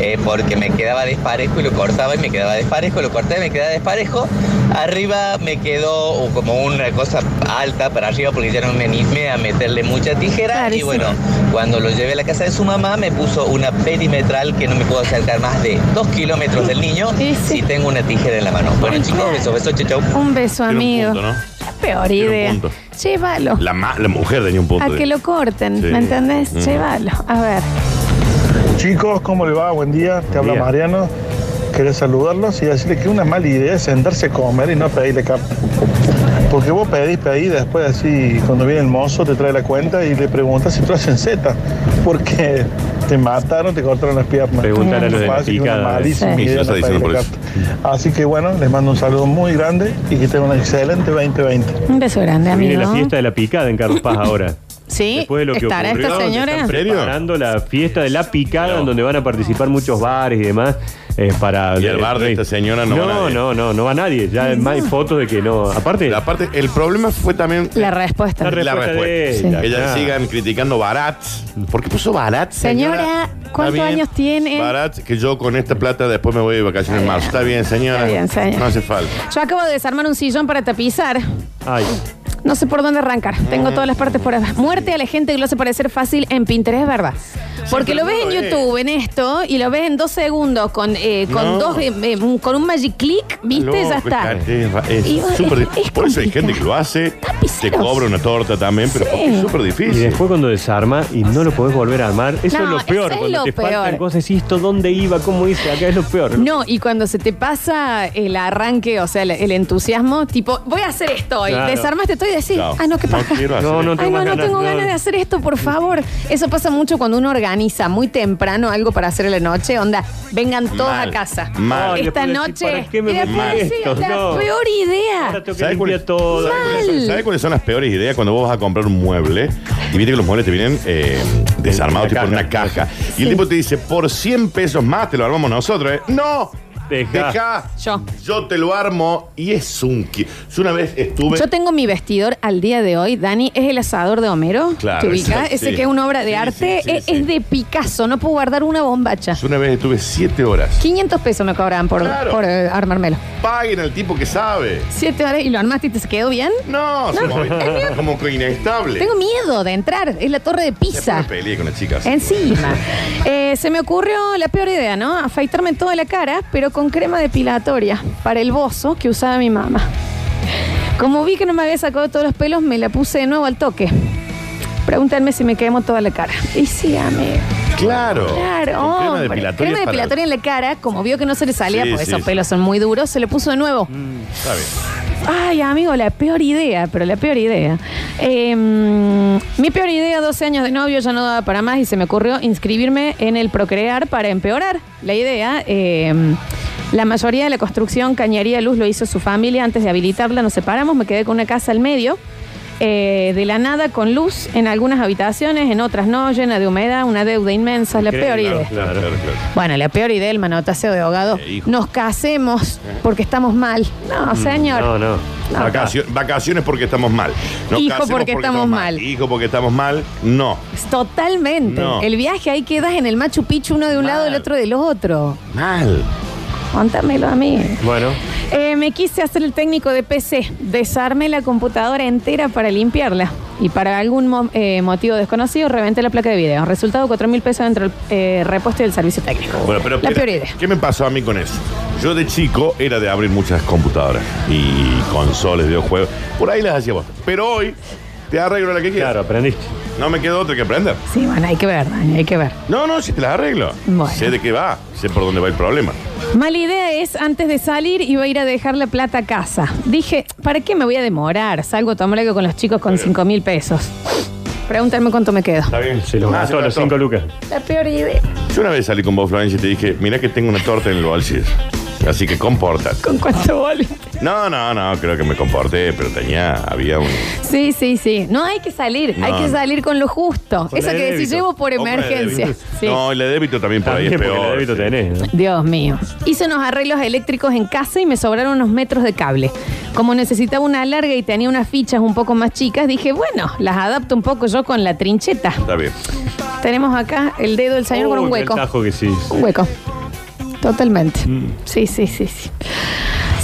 Speaker 6: eh, porque me quedaba desparejo y lo cortaba y me quedaba desparejo, lo cortaba y me quedaba desparejo. Arriba me quedó uh, como una cosa alta para arriba porque ya no me animé a meterle mucha tijera. Y
Speaker 2: Clarísimo.
Speaker 6: bueno, cuando lo llevé a la casa de su mamá me puso una perimetral que no me puedo acercar más de dos kilómetros del niño
Speaker 2: Sí, sí.
Speaker 6: si tengo una tijera en la mano. Bueno chicos, besos, besos, chau, chau.
Speaker 2: Un beso,
Speaker 1: Tiene un
Speaker 2: amigo.
Speaker 1: punto, ¿no?
Speaker 2: La peor
Speaker 1: Tiene un
Speaker 2: idea.
Speaker 1: punto.
Speaker 2: Llévalo.
Speaker 1: La, ma- la mujer tenía un punto.
Speaker 2: A
Speaker 1: de-
Speaker 2: que lo corten,
Speaker 1: Sí.
Speaker 2: ¿me entendés?
Speaker 1: Mm.
Speaker 2: Llévalo. A ver.
Speaker 7: Chicos, ¿cómo le va? Buen día. Te habla
Speaker 4: día.
Speaker 7: Mariano. Quería saludarlos y decirles que una mala idea es sentarse a comer y no pedirle cap. Porque vos pedís, pedís, después así, cuando viene el mozo, te trae la cuenta y le preguntas si tú hacen Z. Porque te mataron, te cortaron las piernas.
Speaker 4: Preguntale a los de la
Speaker 7: Fácil, una
Speaker 4: picada.
Speaker 7: malísima
Speaker 2: Sí.
Speaker 7: idea
Speaker 1: Y ya está
Speaker 7: no
Speaker 1: diciendo
Speaker 7: pedirle
Speaker 1: por
Speaker 7: carta. Así que bueno, les mando un saludo muy grande y que tengan un excelente 2020.
Speaker 2: Un beso grande,
Speaker 4: Se Viene la
Speaker 2: amigo.
Speaker 4: fiesta de la picada en Carlos Paz
Speaker 1: [laughs]
Speaker 4: ahora.
Speaker 2: Sí,
Speaker 4: Después de lo que
Speaker 2: estará
Speaker 4: ocurrió,
Speaker 2: esta
Speaker 4: que
Speaker 2: señora.
Speaker 1: están pre- serio?
Speaker 4: Preparando la fiesta de la picada, en donde van a participar muchos bares y demás. eh, para,
Speaker 1: Y al bar de esta señora no va
Speaker 4: no
Speaker 1: nadie.
Speaker 4: No, no, no va nadie. Ya más hay fotos de que no. Aparte,
Speaker 1: La parte, el problema fue también
Speaker 2: La respuesta.
Speaker 4: La re-
Speaker 1: la
Speaker 4: respuesta de
Speaker 1: respuesta.
Speaker 4: ella,
Speaker 1: Que ellas
Speaker 4: claro.
Speaker 1: sigan criticando Barat. ¿Por qué puso Barat?
Speaker 2: Señora,
Speaker 1: Está
Speaker 2: ¿cuántos
Speaker 1: bien.
Speaker 2: años tiene?
Speaker 1: Barat, que yo con esta plata después me voy de vacaciones en marzo. Está bien, señora.
Speaker 2: Está bien, señora.
Speaker 1: No hace falta.
Speaker 2: Yo acabo de desarmar un sillón para tapizar.
Speaker 4: ay,
Speaker 2: No sé por dónde arrancar. Tengo todas las partes por abajo. Muerte a la gente que lo hace parecer fácil en Pinterest, es ¿verdad? Porque lo ves en
Speaker 1: pero no lo
Speaker 2: YouTube, en esto, y lo ves en dos segundos con, eh, con
Speaker 1: No.
Speaker 2: dos eh, eh, un- con un magic click, ¿viste? ya está.
Speaker 1: Es
Speaker 2: Y vos-
Speaker 1: súper
Speaker 2: es-
Speaker 1: difícil.
Speaker 2: es
Speaker 1: Por eso hay
Speaker 2: complicado.
Speaker 1: gente que lo hace. Te
Speaker 2: Tapiceros.
Speaker 1: cobra una torta también, pero
Speaker 2: Sí.
Speaker 1: porque es súper
Speaker 4: Y
Speaker 1: difícil.
Speaker 4: después cuando desarma y no lo podés volver a armar, eso
Speaker 2: No,
Speaker 4: es lo
Speaker 2: eso
Speaker 4: peor.
Speaker 2: es
Speaker 4: cuando
Speaker 2: lo
Speaker 4: te faltan
Speaker 2: peor.
Speaker 4: cosas y esto dónde iba, cómo hice, acá es lo peor.
Speaker 2: No, y cuando se te pasa el arranque, o sea, el, el entusiasmo, tipo, voy a hacer esto hoy.
Speaker 4: Claro.
Speaker 2: Desarmaste esto y decís,
Speaker 1: Chao.
Speaker 2: ah, no, qué paja.
Speaker 1: No quiero hacer
Speaker 4: No, no
Speaker 1: esto.
Speaker 2: Ay, no,
Speaker 4: más
Speaker 2: no
Speaker 4: ganas,
Speaker 2: tengo
Speaker 4: no.
Speaker 2: ganas de hacer esto, por favor. Eso pasa mucho cuando uno organiza muy temprano algo para hacer en la noche. Onda, vengan todos
Speaker 1: Mal,
Speaker 2: a casa.
Speaker 1: mal.
Speaker 4: Ay,
Speaker 2: Esta
Speaker 4: después decís,
Speaker 2: noche.
Speaker 4: ¿para qué me
Speaker 2: y después
Speaker 1: metí
Speaker 2: decís,
Speaker 4: esto?
Speaker 2: la
Speaker 4: No.
Speaker 2: peor idea.
Speaker 4: Ahora tengo que
Speaker 1: ¿Sabes cuál-
Speaker 4: limpiar todo.
Speaker 1: ¿Sabes cuáles son-
Speaker 2: Mal.
Speaker 1: ¿sabes cuáles son las peores ideas cuando vos vas a comprar un mueble? Y viste que los muebles te vienen eh, desarmados,
Speaker 4: En
Speaker 1: tipo
Speaker 4: la
Speaker 1: en una caja. Y el tipo te dice, por 100 pesos más te lo armamos nosotros, ¿eh? ¡No!
Speaker 4: Dejá.
Speaker 1: Dejá.
Speaker 2: Yo.
Speaker 1: Yo te lo armo y es un... qui- Yo una vez estuve...
Speaker 2: Yo tengo mi vestidor al día de hoy, Dani, es el asador de Homero.
Speaker 1: Claro,
Speaker 2: ¿Te ubicás?
Speaker 1: exacto,
Speaker 2: Ese
Speaker 1: sí.
Speaker 2: que es una obra de
Speaker 1: Sí,
Speaker 2: arte,
Speaker 1: sí, sí,
Speaker 2: es,
Speaker 1: sí.
Speaker 2: es de Picasso, no puedo guardar una bombacha.
Speaker 1: Yo una vez estuve 7 horas.
Speaker 2: 500 pesos me cobraban por,
Speaker 1: Claro.
Speaker 2: por, eh, armármelo.
Speaker 1: Paguen al tipo que sabe.
Speaker 2: 7 horas y lo armaste y te quedó bien.
Speaker 1: No, se movió. como que inestable.
Speaker 2: Tengo miedo de entrar, es la torre de
Speaker 1: Después
Speaker 2: Pisa.
Speaker 1: me peleé con las chicas.
Speaker 2: Encima. Eh, se me ocurrió la peor idea, ¿no? Afeitarme toda la cara, pero con crema depilatoria para el bozo que usaba mi mamá. Como vi que no me había sacado todos los pelos, me la puse de nuevo al toque. Pregúntenme si me quemo toda la cara. Y sí, amigo.
Speaker 1: Claro.
Speaker 2: Claro,
Speaker 1: Con crema
Speaker 2: hombre.
Speaker 1: depilatoria
Speaker 2: Crema
Speaker 1: para-
Speaker 2: depilatoria en la cara, como vio que no se le salía,
Speaker 1: Sí,
Speaker 2: porque
Speaker 1: sí,
Speaker 2: esos
Speaker 1: sí.
Speaker 2: pelos son muy duros, se le puso de nuevo.
Speaker 1: Está bien.
Speaker 2: Ay, amigo, la peor idea, pero la peor idea. Eh, mi peor idea, 12 años de novio, ya no daba para más y se me ocurrió inscribirme en el Procrear para empeorar la idea. eh, la mayoría de la construcción Cañería Luz lo hizo su familia antes de habilitarla. Nos separamos, me quedé con una casa al medio. eh, de la nada con luz en algunas habitaciones, en otras no, llena de humedad, una deuda inmensa, es la peor idea.
Speaker 1: Claro, claro, claro.
Speaker 2: Bueno, la peor idea, el manotaseo de ahogado.
Speaker 1: Eh, hijo.
Speaker 2: Nos casemos porque estamos mal. No, señor.
Speaker 4: No, no.
Speaker 2: No.
Speaker 1: Vacacio- vacaciones porque estamos mal. Nos
Speaker 2: Hijo
Speaker 1: casemos
Speaker 2: porque estamos mal.
Speaker 1: Hijo porque estamos mal. No.
Speaker 2: Totalmente.
Speaker 1: No.
Speaker 2: El viaje ahí quedas en el Machu Picchu, uno de un lado, el
Speaker 1: Mal.
Speaker 2: otro del otro.
Speaker 1: Mal.
Speaker 2: Contámelo a mí.
Speaker 4: Bueno,
Speaker 2: Eh, me quise hacer el técnico de PC. Desarmé la computadora entera para limpiarla. Y para algún mo- eh, motivo desconocido, reventé la placa de video. Resultado, 4 mil pesos entre el eh, repuesto y el servicio técnico.
Speaker 1: Bueno, pero,
Speaker 2: la
Speaker 1: pero,
Speaker 2: peor idea.
Speaker 1: ¿Qué me pasó a mí con eso? Yo de chico era de abrir muchas computadoras y consoles, videojuegos. Por ahí las hacía vos. Pero hoy te arreglo la que quieras.
Speaker 4: claro, aprendiste.
Speaker 1: No me quedó otra que aprender.
Speaker 2: Sí, bueno, hay que ver, Dani, hay que ver.
Speaker 1: No, no, si te las arreglo.
Speaker 2: Bueno.
Speaker 1: Sé de qué va, sé por dónde va el problema.
Speaker 2: Mala idea es, antes de salir, iba a ir a dejar la plata a casa. Dije, ¿para qué me voy a demorar? Salgo a tomar algo con los chicos con 5 mil pesos. Pregúntame cuánto me quedo.
Speaker 1: Está bien.
Speaker 4: Se lo
Speaker 1: Ah,
Speaker 4: gastó a los
Speaker 1: gastó.
Speaker 4: 5 lucas.
Speaker 2: La peor idea.
Speaker 1: Yo una vez salí con vos, Florencia, y te dije, mirá que tengo una torta en el bolsillo. Así que compórtate.
Speaker 2: ¿Con cuánto volviste?
Speaker 1: No, no, no, creo que me comporté, pero tenía, había un...
Speaker 2: Sí, sí, sí. No hay que salir,
Speaker 1: No,
Speaker 2: hay que
Speaker 1: no.
Speaker 2: salir con lo justo.
Speaker 4: Con
Speaker 2: Eso
Speaker 4: la de
Speaker 2: que decís,
Speaker 4: débito.
Speaker 2: llevo por
Speaker 1: o con la de
Speaker 2: emergencia.
Speaker 1: débito.
Speaker 2: Sí.
Speaker 1: No, y la de débito también por ahí
Speaker 4: También
Speaker 1: es
Speaker 4: porque el
Speaker 1: peor.
Speaker 4: débito
Speaker 1: sí.
Speaker 4: tenés. ¿no?
Speaker 2: Dios mío. Hice unos arreglos eléctricos en casa y me sobraron unos metros de cable. Como necesitaba una larga y tenía unas fichas un poco más chicas, dije, bueno, las adapto un poco yo con la trincheta.
Speaker 1: Está bien.
Speaker 2: Tenemos acá el dedo del señor con
Speaker 4: Uy,
Speaker 2: un
Speaker 4: qué
Speaker 2: hueco.
Speaker 4: tajo Mm. que sí.
Speaker 2: Un hueco. Totalmente. Sí, sí, sí, sí.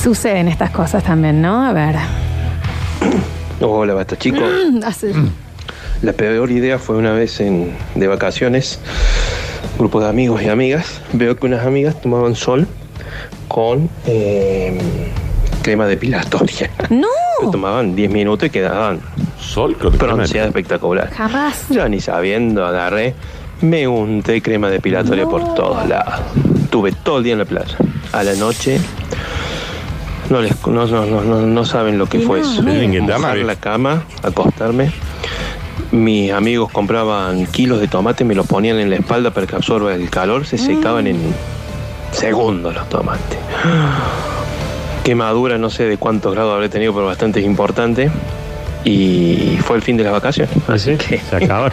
Speaker 2: Suceden estas cosas también, ¿no? A ver.
Speaker 8: Hola, basta chicos.
Speaker 2: [laughs] Hace-
Speaker 4: Mm.
Speaker 8: La peor idea fue una vez en, de vacaciones, grupo de amigos y amigas. Veo que unas amigas tomaban sol con eh, crema [laughs] depilatoria.
Speaker 2: No,
Speaker 8: Lo tomaban 10 minutos y quedaban
Speaker 1: Sol con
Speaker 8: pronunciada espectacular.
Speaker 2: jamás.
Speaker 8: Ya ni sabiendo, agarré, me unté crema depilatoria por todos lados. Tuve todo el día en la playa. A la noche, no, les, no, no, no, no, no saben lo que
Speaker 2: Y
Speaker 8: fue
Speaker 2: no,
Speaker 8: eso.
Speaker 1: no. Tienen que
Speaker 8: Mojar
Speaker 1: llamar, ¿eh?
Speaker 8: la cama, acostarme. Mis amigos compraban kilos de tomate, me los ponían en la espalda para que absorba el calor, se secaban en segundos los tomates. Quemadura, no sé de cuántos grados habré tenido, pero bastante importante. Y fue el fin de las vacaciones.
Speaker 1: Ah,
Speaker 4: Así
Speaker 8: Así
Speaker 4: que
Speaker 8: que
Speaker 4: ¿Ah, se
Speaker 2: [laughs]
Speaker 4: acabó.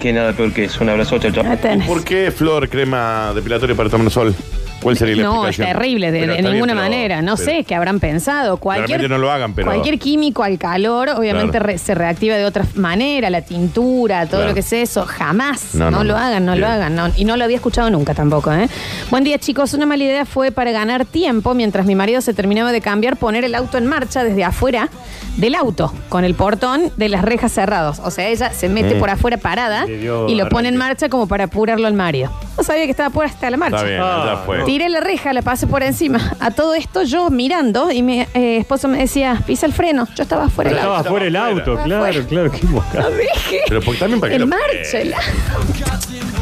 Speaker 8: que nada peor que eso. Un abrazo, chao, chao.
Speaker 2: No tenés.
Speaker 1: ¿Por qué flor crema depilatoria para tomar sol? ¿Cuál sería la
Speaker 2: No, es
Speaker 1: explicación?
Speaker 2: terrible, de,
Speaker 1: Pero
Speaker 2: de
Speaker 1: está bien,
Speaker 2: ninguna
Speaker 1: pero-
Speaker 2: manera. No
Speaker 1: pero-
Speaker 2: sé qué habrán pensado. Cualquier,
Speaker 1: Claramente no lo hagan, pero-
Speaker 2: cualquier químico al calor, obviamente
Speaker 1: Claro.
Speaker 2: re- se reactiva de otra manera, la tintura, todo
Speaker 1: Claro.
Speaker 2: lo que es eso. Jamás. No,
Speaker 1: No, no, no.
Speaker 2: lo hagan, no
Speaker 1: Bien.
Speaker 2: lo hagan. no. y no lo había escuchado nunca tampoco. ¿eh? Buen día, chicos. Una mala idea fue para ganar tiempo, mientras mi marido se terminaba de cambiar, poner el auto en marcha desde afuera del auto, con el portón de las rejas cerrados. O sea, ella se
Speaker 1: Eh.
Speaker 2: mete por afuera parada
Speaker 4: Le dio
Speaker 2: y lo pone en
Speaker 4: arranque.
Speaker 2: marcha como para apurarlo al marido. No sabía que estaba puesta la marcha.
Speaker 1: Está bien, ya
Speaker 4: Ah,
Speaker 1: fue.
Speaker 2: Tiré la reja, la pasé por encima. A todo esto yo mirando y mi eh, esposo me decía, pisa el freno. Yo estaba fuera del
Speaker 4: Estaba
Speaker 2: auto.
Speaker 4: fuera el auto,
Speaker 2: Estaba
Speaker 4: claro,
Speaker 2: afuera.
Speaker 4: claro, qué
Speaker 2: Lo
Speaker 4: mojado.
Speaker 2: dejé
Speaker 1: Pero porque también para que
Speaker 2: en
Speaker 1: lo-
Speaker 2: marcha el auto.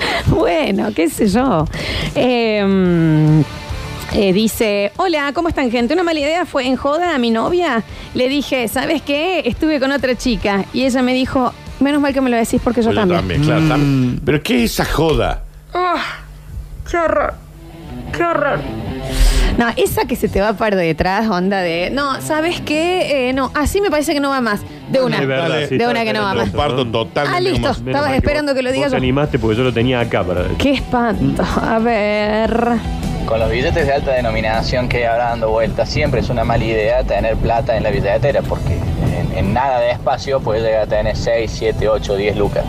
Speaker 2: [laughs] Bueno, qué sé yo. Eh, eh, dice, hola, ¿cómo están gente? Una mala idea fue en joda a mi novia. Le dije, ¿sabes qué? Estuve con otra chica y ella me dijo, menos mal que me lo decís porque yo,
Speaker 1: Yo también,
Speaker 2: también. Mm.
Speaker 1: claro. tam- Pero ¿qué es esa joda?
Speaker 2: No, esa que se te va para detrás, onda de, no, ¿sabes qué? Eh, no, así me parece que no va más. De una.
Speaker 4: Es verdad, sí,
Speaker 2: de
Speaker 4: está-
Speaker 2: una que no Ah, va más.
Speaker 1: Comparto totalmente.
Speaker 2: Ah, listo.
Speaker 1: nomás.
Speaker 4: Menos
Speaker 2: Estabas
Speaker 4: mal
Speaker 2: esperando
Speaker 4: vos-
Speaker 2: que lo diga
Speaker 4: vos te
Speaker 2: yo.
Speaker 4: animaste porque yo lo tenía acá para.
Speaker 2: Qué espanto. A ver.
Speaker 9: Con los billetes de alta denominación que habrá dando vueltas, siempre es una mala idea tener plata en la billetera porque en, en nada de espacio puedes llegar a tener 6, 7, 8, 10 lucas.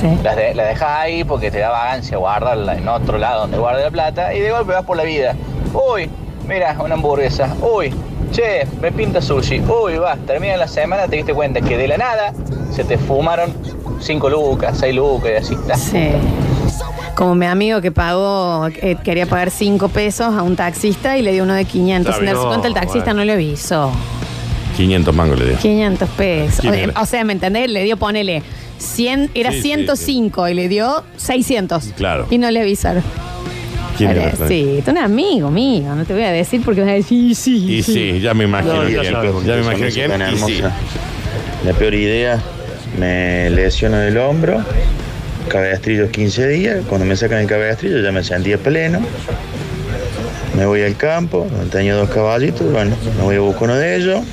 Speaker 2: Sí.
Speaker 9: Las, de- las dejas ahí porque te da vagancia guardarla en otro lado donde guarda la plata y de golpe vas por la vida. Uy, mira, una hamburguesa. Uy, che, me pinta sushi. Uy, vas, termina la semana, te diste cuenta que de la nada se te fumaron 5 lucas, 6 lucas y así. La
Speaker 2: Sí. Como mi amigo que pagó, eh, quería pagar 5 pesos a un taxista y le dio uno de 500.
Speaker 1: Está
Speaker 2: Sin
Speaker 1: bien.
Speaker 2: darse cuenta, el
Speaker 1: No,
Speaker 2: taxista
Speaker 1: bueno.
Speaker 2: no le avisó.
Speaker 1: 500 mangos le dio.
Speaker 2: 500 pesos.
Speaker 1: ¿Quién era?
Speaker 2: O sea, ¿me entendés? Le dio, ponele, 100, era
Speaker 1: Sí, sí,
Speaker 2: 105 y le dio 600.
Speaker 1: Claro.
Speaker 2: Y no le avisaron.
Speaker 1: ¿Quién
Speaker 2: Era-
Speaker 1: era?
Speaker 2: sí, es un amigo mío, no te voy a decir porque vas a decir, sí, sí.
Speaker 1: Y sí, ya me imagino
Speaker 4: No, ya
Speaker 1: quién.
Speaker 4: sabemos
Speaker 1: Ya me imagino quién. Y sí.
Speaker 10: La peor idea, me lesiono el hombro, cabestrillo 15 días, cuando me sacan el cabestrillo ya me sentía pleno. Me voy al campo, tenía dos caballitos, bueno, me voy a buscar uno de ellos.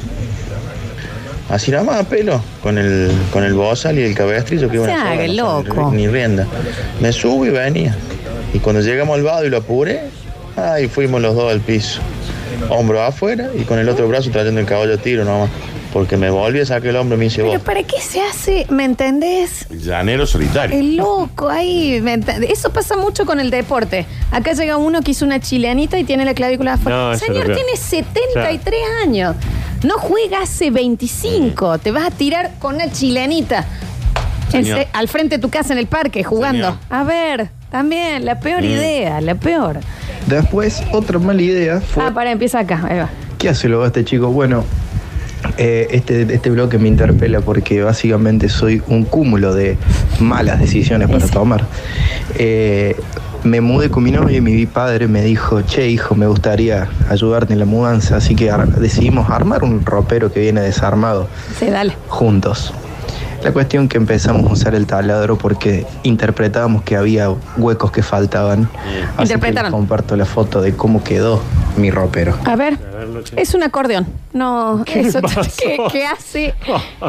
Speaker 10: Así nada más a pelo, con el, con el bozal y el cabestrillo que
Speaker 2: No
Speaker 10: es
Speaker 2: se
Speaker 10: una soga,
Speaker 2: haga el
Speaker 10: no son
Speaker 11: Ah.
Speaker 2: loco.
Speaker 10: Ni rienda. Me subo y venía. Y cuando llegamos al vado y lo apuré, ahí fuimos los dos al piso. Hombro afuera y con el otro brazo trayendo el caballo a tiro nomás. Porque me volví a sacar el hombro y me hice
Speaker 2: Pero
Speaker 10: vos.
Speaker 2: ¿para qué se hace? ¿Me entendés?
Speaker 1: Llanero solitario.
Speaker 2: El loco ahí. ¿me entendés? Eso pasa mucho con el deporte. Acá llega uno que hizo una chilenita y tiene la clavícula afuera.
Speaker 4: No, eso
Speaker 2: Señor,
Speaker 4: no creo.
Speaker 2: tiene 73 años. No juega hace 25. Te vas a tirar con una chilenita. En
Speaker 1: Señor.
Speaker 2: se- al frente de tu casa en el parque jugando.
Speaker 1: Señor.
Speaker 2: A ver, también, la peor idea, la peor.
Speaker 12: Después, otra mala idea fue...
Speaker 2: Ah, para, empieza acá. Ahí va.
Speaker 12: ¿Qué hace luego este chico? Bueno, eh, este, este bloque me interpela porque básicamente soy un cúmulo de malas decisiones para tomar. Eh, me mudé con mi novia y mi padre me dijo, che hijo, me gustaría ayudarte en la mudanza, así que ar- decidimos armar un ropero que viene desarmado
Speaker 2: Sí, dale.
Speaker 12: juntos. La cuestión que empezamos a usar el taladro porque interpretábamos que había huecos que faltaban. Así que les
Speaker 2: Interpretaron.
Speaker 12: comparto la foto de cómo quedó mi ropero.
Speaker 2: A ver, es un acordeón. No,
Speaker 4: ¿Qué
Speaker 2: eso
Speaker 4: pasó?
Speaker 2: ¿qué, qué hace?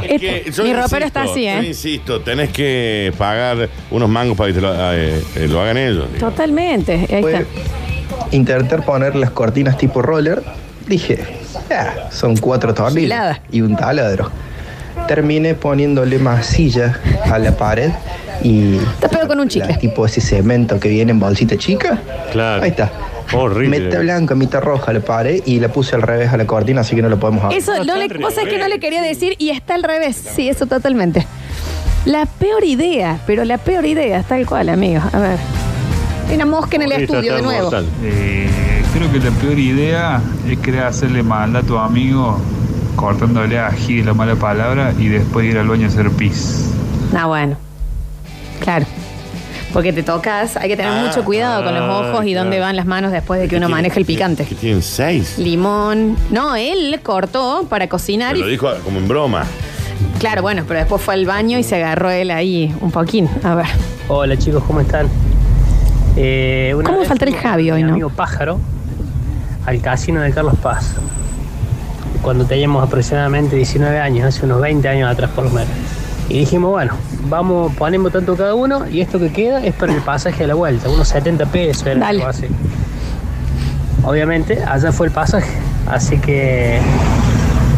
Speaker 1: Es que yo
Speaker 2: Mi
Speaker 1: insisto,
Speaker 2: ropero está así,
Speaker 1: Yo
Speaker 2: ¿eh?
Speaker 1: insisto, tenés que pagar unos mangos para que te lo, eh, eh, lo hagan ellos. digo.
Speaker 2: Totalmente. Ahí está.
Speaker 12: fue intentar poner las cortinas tipo roller. Dije, "Ah, son cuatro tornillos
Speaker 2: Gilada.
Speaker 12: y un taladro. Terminé poniéndole masilla a la pared y.
Speaker 2: Te pego con un chicle.
Speaker 12: la- tipo ese cemento que viene en bolsita chica.
Speaker 4: Claro.
Speaker 12: Ahí está.
Speaker 4: Horrible.
Speaker 12: Meta blanca, mitad roja la pared y la puse al revés a la cortina, así que no la podemos abrir.
Speaker 2: Eso, no
Speaker 4: está
Speaker 2: le,
Speaker 4: al
Speaker 2: vos sabés que no le
Speaker 4: revés,
Speaker 2: quería decir y está al revés. Sí, eso totalmente. La peor idea, pero la peor idea, es tal cual, amigos. A ver. Hay Una mosca en el
Speaker 4: Está
Speaker 2: estudio, de
Speaker 4: tan
Speaker 2: nuevo.
Speaker 4: mortal.
Speaker 13: Eh, creo que la peor idea es querer hacerle maldad a tu amigo cortándole a Gil la mala palabra y después ir al baño a hacer pis.
Speaker 2: Ah, bueno. Claro. Porque te tocas, hay que tener
Speaker 1: Ah,
Speaker 2: mucho cuidado con los
Speaker 4: ah,
Speaker 2: ojos y
Speaker 4: claro.
Speaker 2: dónde van las manos después de que uno
Speaker 1: Tienen-
Speaker 2: maneje el picante.
Speaker 1: Que tienen seis.
Speaker 2: Limón. No, él cortó para cocinar
Speaker 1: Pero
Speaker 2: y
Speaker 1: lo dijo como en broma.
Speaker 2: Claro, bueno, pero después fue al baño y se agarró él ahí un poquín. A ver.
Speaker 14: Hola chicos, ¿cómo están? Eh, una
Speaker 2: ¿Cómo
Speaker 14: vez
Speaker 2: falta el
Speaker 14: fuimos con
Speaker 2: Javi
Speaker 14: mi
Speaker 2: hoy, no?
Speaker 14: amigo Pájaro, al casino de Carlos Paz, cuando teníamos aproximadamente 19 años, hace unos 20 años atrás por lo menos. Y dijimos, bueno, vamos, ponemos tanto cada uno y esto que queda es para el pasaje de la vuelta, unos 70 pesos era
Speaker 2: Dale.
Speaker 14: algo así. Obviamente, allá fue el pasaje. Así que,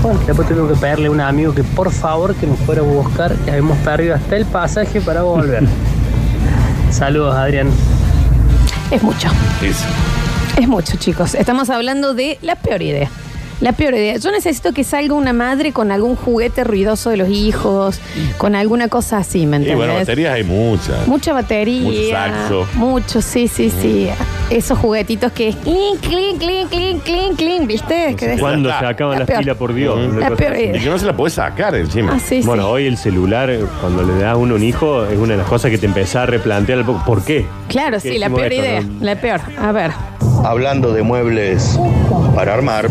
Speaker 14: bueno, después tuvimos que pedirle a un amigo que por favor que nos fuera a buscar. Ya habíamos perdido hasta el pasaje para
Speaker 15: [laughs]
Speaker 14: volver. Saludos, Adrián.
Speaker 2: Es mucho.
Speaker 1: Eso.
Speaker 2: Es mucho, chicos. Estamos hablando de la peor idea. La peor idea. Yo necesito que salga una madre con algún juguete ruidoso de los hijos, con alguna cosa así,
Speaker 1: Y
Speaker 2: ¿me entiendes?
Speaker 1: bueno, baterías hay muchas.
Speaker 2: Mucha batería.
Speaker 1: Mucho saxo. Mm.
Speaker 2: Mucho, sí, sí, sí. Esos juguetitos que es clink, clink, clink, clink, clink, clink, ¿viste? Que decís,
Speaker 4: ¿Cuándo se acaban
Speaker 2: la
Speaker 4: las
Speaker 2: peor.
Speaker 4: pilas, por Dios?
Speaker 1: Ujú.
Speaker 4: Una
Speaker 2: La
Speaker 4: cosa
Speaker 2: peor
Speaker 4: así.
Speaker 2: idea.
Speaker 1: Y que no se la podés sacar encima.
Speaker 2: Ah, sí, sí.
Speaker 4: bueno, hoy el celular, cuando le das a uno un hijo, es una de las cosas que te empezás a replantear. el po- ¿Por qué?
Speaker 2: Claro, sí, la
Speaker 4: decimos
Speaker 2: peor
Speaker 4: esto,
Speaker 2: idea.
Speaker 4: no?
Speaker 2: La peor. A ver.
Speaker 11: Hablando de muebles para armar,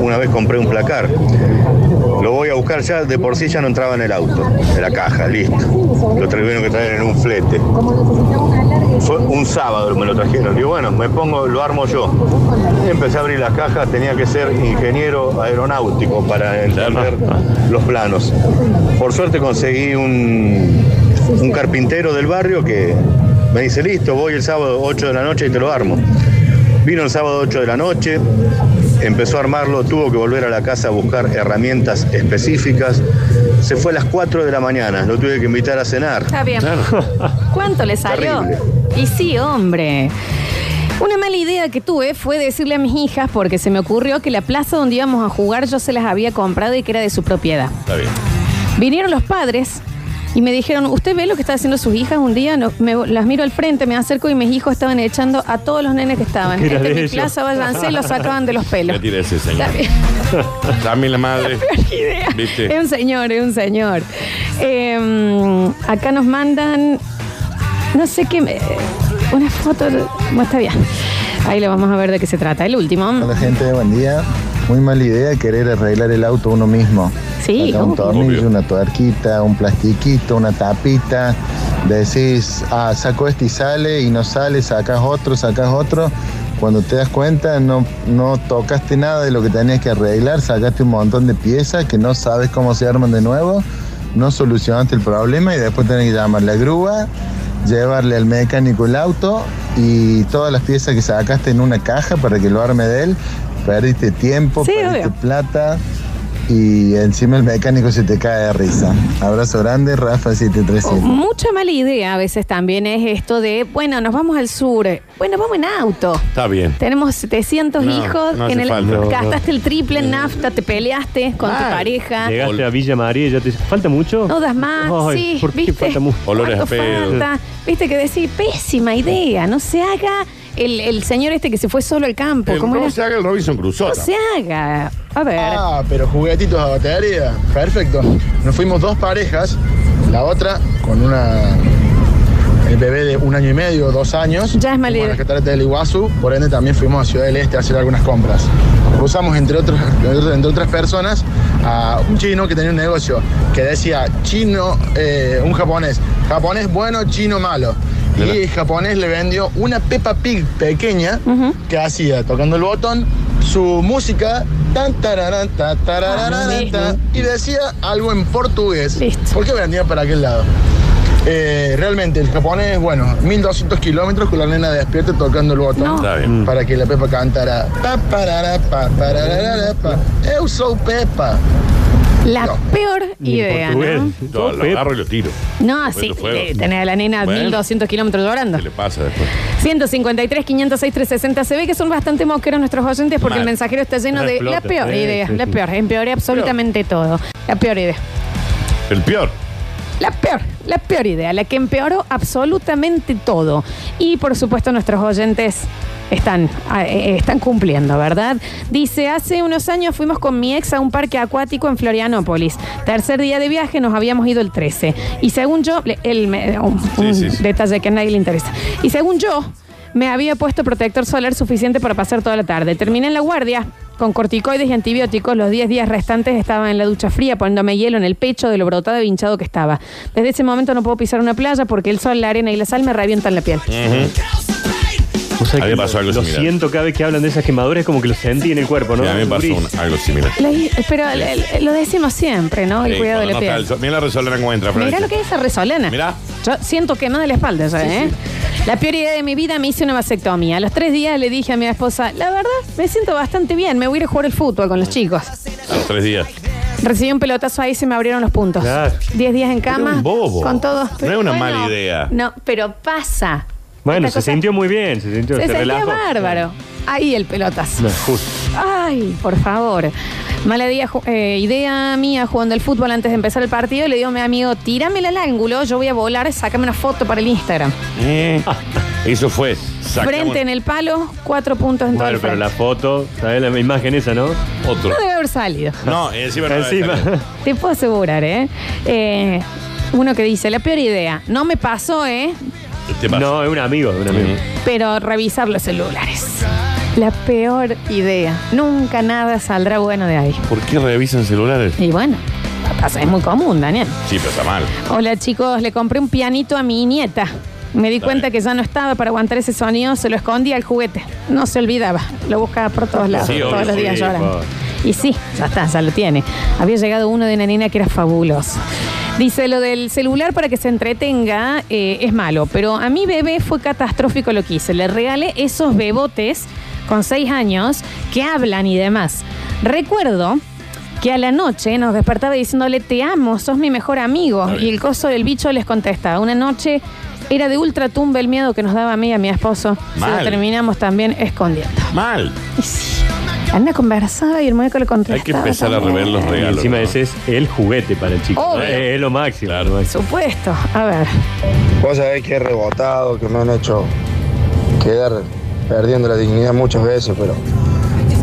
Speaker 11: una vez compré un placar. Lo voy a buscar ya, de por sí ya no entraba en el auto, en la caja, listo. Lo tuvieron que traer en un flete. Fue un sábado me lo trajeron. Digo, bueno, me pongo, lo armo yo. Y empecé a abrir las cajas, tenía que ser ingeniero aeronáutico para entender los planos. Por suerte conseguí un, un carpintero del barrio que me dice, listo, voy el sábado 8 de la noche y te lo armo. Vino el sábado 8 de la noche, empezó a armarlo, tuvo que volver a la casa a buscar herramientas específicas. Se fue a las 4 de la mañana, lo tuve que invitar a cenar.
Speaker 2: Está bien. ¿Cuánto le salió? Y sí, hombre. Una mala idea que tuve fue decirle a mis hijas, porque se me ocurrió que la plaza donde íbamos a jugar yo se las había comprado y que era de su propiedad.
Speaker 1: Está bien.
Speaker 2: Vinieron los padres y me dijeron, ¿usted ve lo que está haciendo sus hijas un día? no- me- las miro al frente, me acerco y mis hijos estaban echando a todos los nenes que estaban.
Speaker 1: Era
Speaker 2: Esta
Speaker 1: de
Speaker 2: es mi
Speaker 1: ellos.
Speaker 2: plaza, váyanse, los sacaban de los
Speaker 1: [laughs]
Speaker 2: pelos.
Speaker 1: Retire ese señor.
Speaker 2: Está bien.
Speaker 1: También la madre. [laughs]
Speaker 2: Es
Speaker 1: ¿Viste?
Speaker 2: un señor, es un señor. Eh, acá nos mandan, no sé qué, me- una foto, de- bueno, está bien. Ahí lo vamos a ver de qué se trata. El último.
Speaker 16: Hola gente, buen día. Muy mala idea querer arreglar el auto uno mismo.
Speaker 2: Sí,
Speaker 16: Acá un
Speaker 2: obvio.
Speaker 16: tornillo,
Speaker 2: Obvio.
Speaker 16: una tuerquita, un plastiquito, una tapita. Decís, ah, saco este y sale y no sale, sacas otro, sacas otro. Cuando te das cuenta, no, no tocaste nada de lo que tenías que arreglar, sacaste un montón de piezas que no sabes cómo se arman de nuevo, no solucionaste el problema y después tenés que llamar la grúa, llevarle al mecánico el auto y todas las piezas que sacaste en una caja para que lo arme de él, perdiste tiempo, perdiste plata y encima el mecánico se te cae de risa. Abrazo grande, Rafa 737.
Speaker 2: Mucha mala idea a veces también es esto de, bueno, nos vamos al sur, bueno, vamos en auto.
Speaker 1: Está bien.
Speaker 2: Tenemos 700
Speaker 1: No,
Speaker 2: hijos,
Speaker 1: no
Speaker 2: en
Speaker 1: hace
Speaker 2: el,
Speaker 1: falta. No,
Speaker 2: gastaste el triple en nafta, te peleaste con tu pareja.
Speaker 4: Llegaste a Villa María y ya te dice, ¿falta mucho?
Speaker 2: Ah.
Speaker 4: [laughs]
Speaker 2: No das más,
Speaker 4: Ay,
Speaker 2: sí,
Speaker 4: ¿por qué
Speaker 2: ¿viste?
Speaker 4: falta mucho? Olores
Speaker 2: ¿Cuánto falta? Viste que decís, pésima idea, no se haga el, el señor este que se fue solo al campo.
Speaker 1: El-
Speaker 2: ¿Cómo
Speaker 1: no
Speaker 2: era?
Speaker 1: se haga el Robinson Crusoe.
Speaker 2: No se haga. A ver.
Speaker 17: Ah, pero juguetitos a batería. Perfecto. Nos fuimos dos parejas. La otra con una. El bebé de un año y medio, dos años. Ya es malito. Para rescatar del Iguazú. Por ende, también fuimos a Ciudad del Este a hacer algunas compras. Usamos, entre, otros, entre otras personas, a un chino que tenía un negocio que decía chino, eh, un japonés. Japonés bueno, chino malo. Y el japonés le vendió una Peppa Pig pequeña que hacía, tocando el botón, su música tan, tararán, ta, tarararán, ta, y decía algo en portugués. Porque vendía para aquel lado. Eh, realmente, el japonés, bueno, 1200 kilómetros con la nena despierta tocando el botón
Speaker 1: Está bien.
Speaker 17: para que la Pepa cantara. Pa, parará, pa, pararará, pa. Eu sou Pepa.
Speaker 2: La peor
Speaker 1: Ni en
Speaker 2: idea,
Speaker 1: portugués.
Speaker 2: ¿no?
Speaker 1: No, lo agarro y lo tiro.
Speaker 2: No,
Speaker 1: Después
Speaker 2: sí,
Speaker 1: lo fuego.
Speaker 2: eh, tener a la nena
Speaker 1: Bueno.
Speaker 2: 1200 kilómetros llorando.
Speaker 1: ¿Qué le pasa después?
Speaker 2: 153, 506, 360. Se ve que son bastante mosqueros nuestros oyentes porque
Speaker 1: Mal.
Speaker 2: el mensajero está lleno
Speaker 1: No
Speaker 2: de
Speaker 1: explota.
Speaker 2: la peor
Speaker 1: Sí,
Speaker 2: idea,
Speaker 1: sí,
Speaker 2: la
Speaker 1: sí.
Speaker 2: peor. Empeoré absolutamente todo. La peor idea.
Speaker 1: El peor.
Speaker 2: La peor, la peor idea, la que empeoró absolutamente todo. Y por supuesto nuestros oyentes están, ah, eh, están cumpliendo, ¿verdad? Dice, hace unos años fuimos con mi ex a un parque acuático en Florianópolis. Tercer día de viaje nos habíamos ido el 13. Y según yo, le- el, me- un, un detalle que a nadie le interesa. Y según yo, me había puesto protector solar suficiente para pasar toda la tarde. Terminé en la guardia con corticoides y antibióticos. Los 10 días restantes estaba en la ducha fría poniéndome hielo en el pecho de lo brotado y hinchado que estaba. Desde ese momento no puedo pisar una playa porque el sol, la arena y la sal me revientan la piel.
Speaker 1: Eh.
Speaker 4: O sea
Speaker 1: A
Speaker 4: que
Speaker 1: mí me pasó
Speaker 4: lo,
Speaker 1: algo
Speaker 4: lo
Speaker 1: similar.
Speaker 4: siento cada vez que hablan de esas quemaduras, es como que lo sentí en el cuerpo, ¿no?
Speaker 1: Sí, a mí me pasó
Speaker 4: Sufrí.
Speaker 1: un- algo similar.
Speaker 2: La- pero le- le- lo decimos siempre, ¿no? El
Speaker 1: Sí,
Speaker 2: cuidado de
Speaker 1: cuando
Speaker 2: la
Speaker 1: no está el
Speaker 2: piel.
Speaker 1: sol- Mira la resolver cómo entra,
Speaker 2: Mirá
Speaker 1: Florencia.
Speaker 2: lo que es esa resolana. Yo siento quemada de la espalda ya, ¿eh? La peor idea de mi vida me hice una vasectomía. A los tres días le dije a mi esposa, la verdad, me siento bastante bien, me voy a ir a jugar al fútbol con los chicos.
Speaker 1: A los tres días.
Speaker 2: Recibí un pelotazo ahí, se me abrieron los puntos.
Speaker 1: Claro.
Speaker 2: Diez días en cama.
Speaker 1: Era un bobo.
Speaker 2: Con todo.
Speaker 1: No es una mala idea.
Speaker 2: No, pero pasa.
Speaker 4: Bueno,
Speaker 2: Esta
Speaker 4: se
Speaker 2: cosa-
Speaker 4: sintió muy bien, se sintió,
Speaker 2: Se
Speaker 4: se,
Speaker 2: sentía
Speaker 4: relajó.
Speaker 2: bárbaro. Ahí el pelotazo.
Speaker 4: No, justo.
Speaker 2: Ay, por favor. Mala idea, ju- eh, idea mía jugando al fútbol antes de empezar el partido. Le digo a mi amigo, tíramela al ángulo, yo voy a volar, sácame una foto para el Instagram.
Speaker 1: Eh, Eso fue. Sacamos-
Speaker 2: Frente en el palo, cuatro puntos en todo
Speaker 4: Bueno,
Speaker 2: el
Speaker 4: pero
Speaker 2: frente.
Speaker 4: la foto, ¿sabes la imagen esa, no?
Speaker 1: Otro.
Speaker 2: No debe
Speaker 4: [laughs]
Speaker 2: haber salido.
Speaker 1: No, encima no
Speaker 4: Encima.
Speaker 2: Te puedo asegurar, ¿eh? Eh, Uno que dice, la peor idea. No me pasó, ¿eh?
Speaker 4: No, es un amigo, es un amigo.
Speaker 2: Pero revisar los celulares. La peor idea. Nunca nada saldrá bueno de ahí.
Speaker 1: ¿Por qué revisan celulares?
Speaker 2: Y bueno, pasa, es muy común, Daniel.
Speaker 1: Sí, pero está mal.
Speaker 2: Hola chicos, le compré un pianito a mi nieta. Me di cuenta que ya no estaba para aguantar ese sonido, se lo escondía al juguete. No se olvidaba, lo buscaba por todos lados,
Speaker 5: Sí,
Speaker 2: todos
Speaker 5: obvio,
Speaker 2: los días
Speaker 5: sí,
Speaker 2: llorando.
Speaker 5: por-
Speaker 2: Y sí, ya está, ya lo tiene. Había llegado uno de una nena que era fabuloso. Dice, lo del celular para que se entretenga eh, es malo, pero a mi bebé fue catastrófico lo que hice. Le regalé esos bebotes con seis años que hablan y demás. Recuerdo que a la noche nos despertaba diciéndole, te amo, sos mi mejor amigo. Y el coso del bicho les contestaba, una noche era de ultratumba el miedo que nos daba a mí y a mi esposo. Se lo
Speaker 1: Mal.
Speaker 2: terminamos también escondiendo.
Speaker 1: Mal.
Speaker 2: Anda conversaba y el muñeco le contestaba.
Speaker 1: Hay que empezar a
Speaker 2: también.
Speaker 1: rever los regalos.
Speaker 4: encima ese es el juguete para el chico. ¿no?
Speaker 2: Obvio.
Speaker 4: Es, es lo máximo. lo máximo.
Speaker 2: Supuesto, a ver.
Speaker 18: Vos sabés que he rebotado, que me han hecho quedar perdiendo la dignidad muchas veces, pero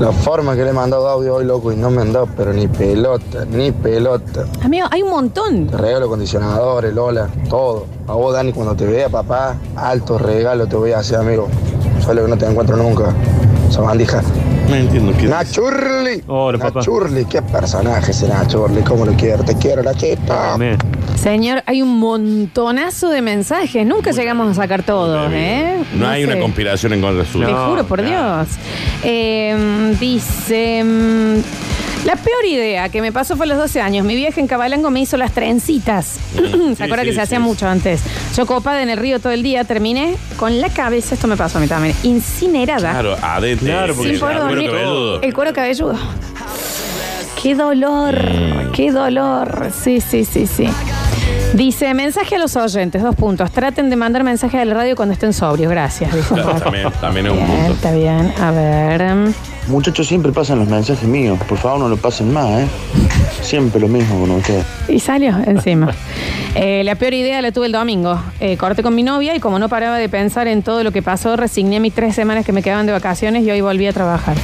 Speaker 18: la forma que le he mandado audio hoy, loco, y no me han dado, pero ni pelota, ni pelota.
Speaker 2: Amigo, hay un montón.
Speaker 18: Regalo, condicionadores, Lola, todo. A vos, Dani, cuando te vea, papá, alto regalo te voy a hacer, amigo. Solo que no te encuentro nunca. Esa bandija.
Speaker 1: No entiendo qué
Speaker 18: Nachurli.
Speaker 4: Hola,
Speaker 18: Nachurli, qué personaje ese Nachurli. ¿Cómo lo quiero? Te quiero, Nachita.
Speaker 2: Señor, hay un montonazo de mensajes. Nunca llegamos a sacar todos, ¿eh?
Speaker 1: No, hay una
Speaker 2: sé.
Speaker 1: conspiración en contra suya.
Speaker 2: Te juro por Dios. Eh, dice. mm, La peor idea que me pasó fue a los 12 años. Mi vieja en Cabalango me hizo las trencitas. [clears throat] ¿Se acuerda
Speaker 5: sí,
Speaker 2: que se
Speaker 5: sí,
Speaker 2: hacía mucho antes? Yo copada en el río todo el día, terminé con la cabeza, esto me pasó a mí también, incinerada.
Speaker 1: Claro, adete.
Speaker 4: Claro,
Speaker 2: sin poder Eh. dormir. El cuero cabelludo. Qué dolor, qué dolor. Sí, sí, sí, sí. Dice, mensaje a los oyentes, dos puntos. Traten de mandar mensajes a la radio cuando estén sobrios. Gracias. dice.
Speaker 1: Claro, también, también es un
Speaker 2: Bien,
Speaker 1: punto.
Speaker 2: está bien. A ver. em,
Speaker 11: Muchachos, siempre pasan los mensajes míos. Por favor, no lo pasen más, ¿eh? Siempre lo mismo con ustedes.
Speaker 2: Y salió
Speaker 1: [laughs]
Speaker 2: encima. Eh, la peor idea la tuve el domingo. Eh, corté con mi novia y como no paraba de pensar en todo lo que pasó, resigné mis tres semanas que me quedaban de vacaciones y hoy volví a trabajar.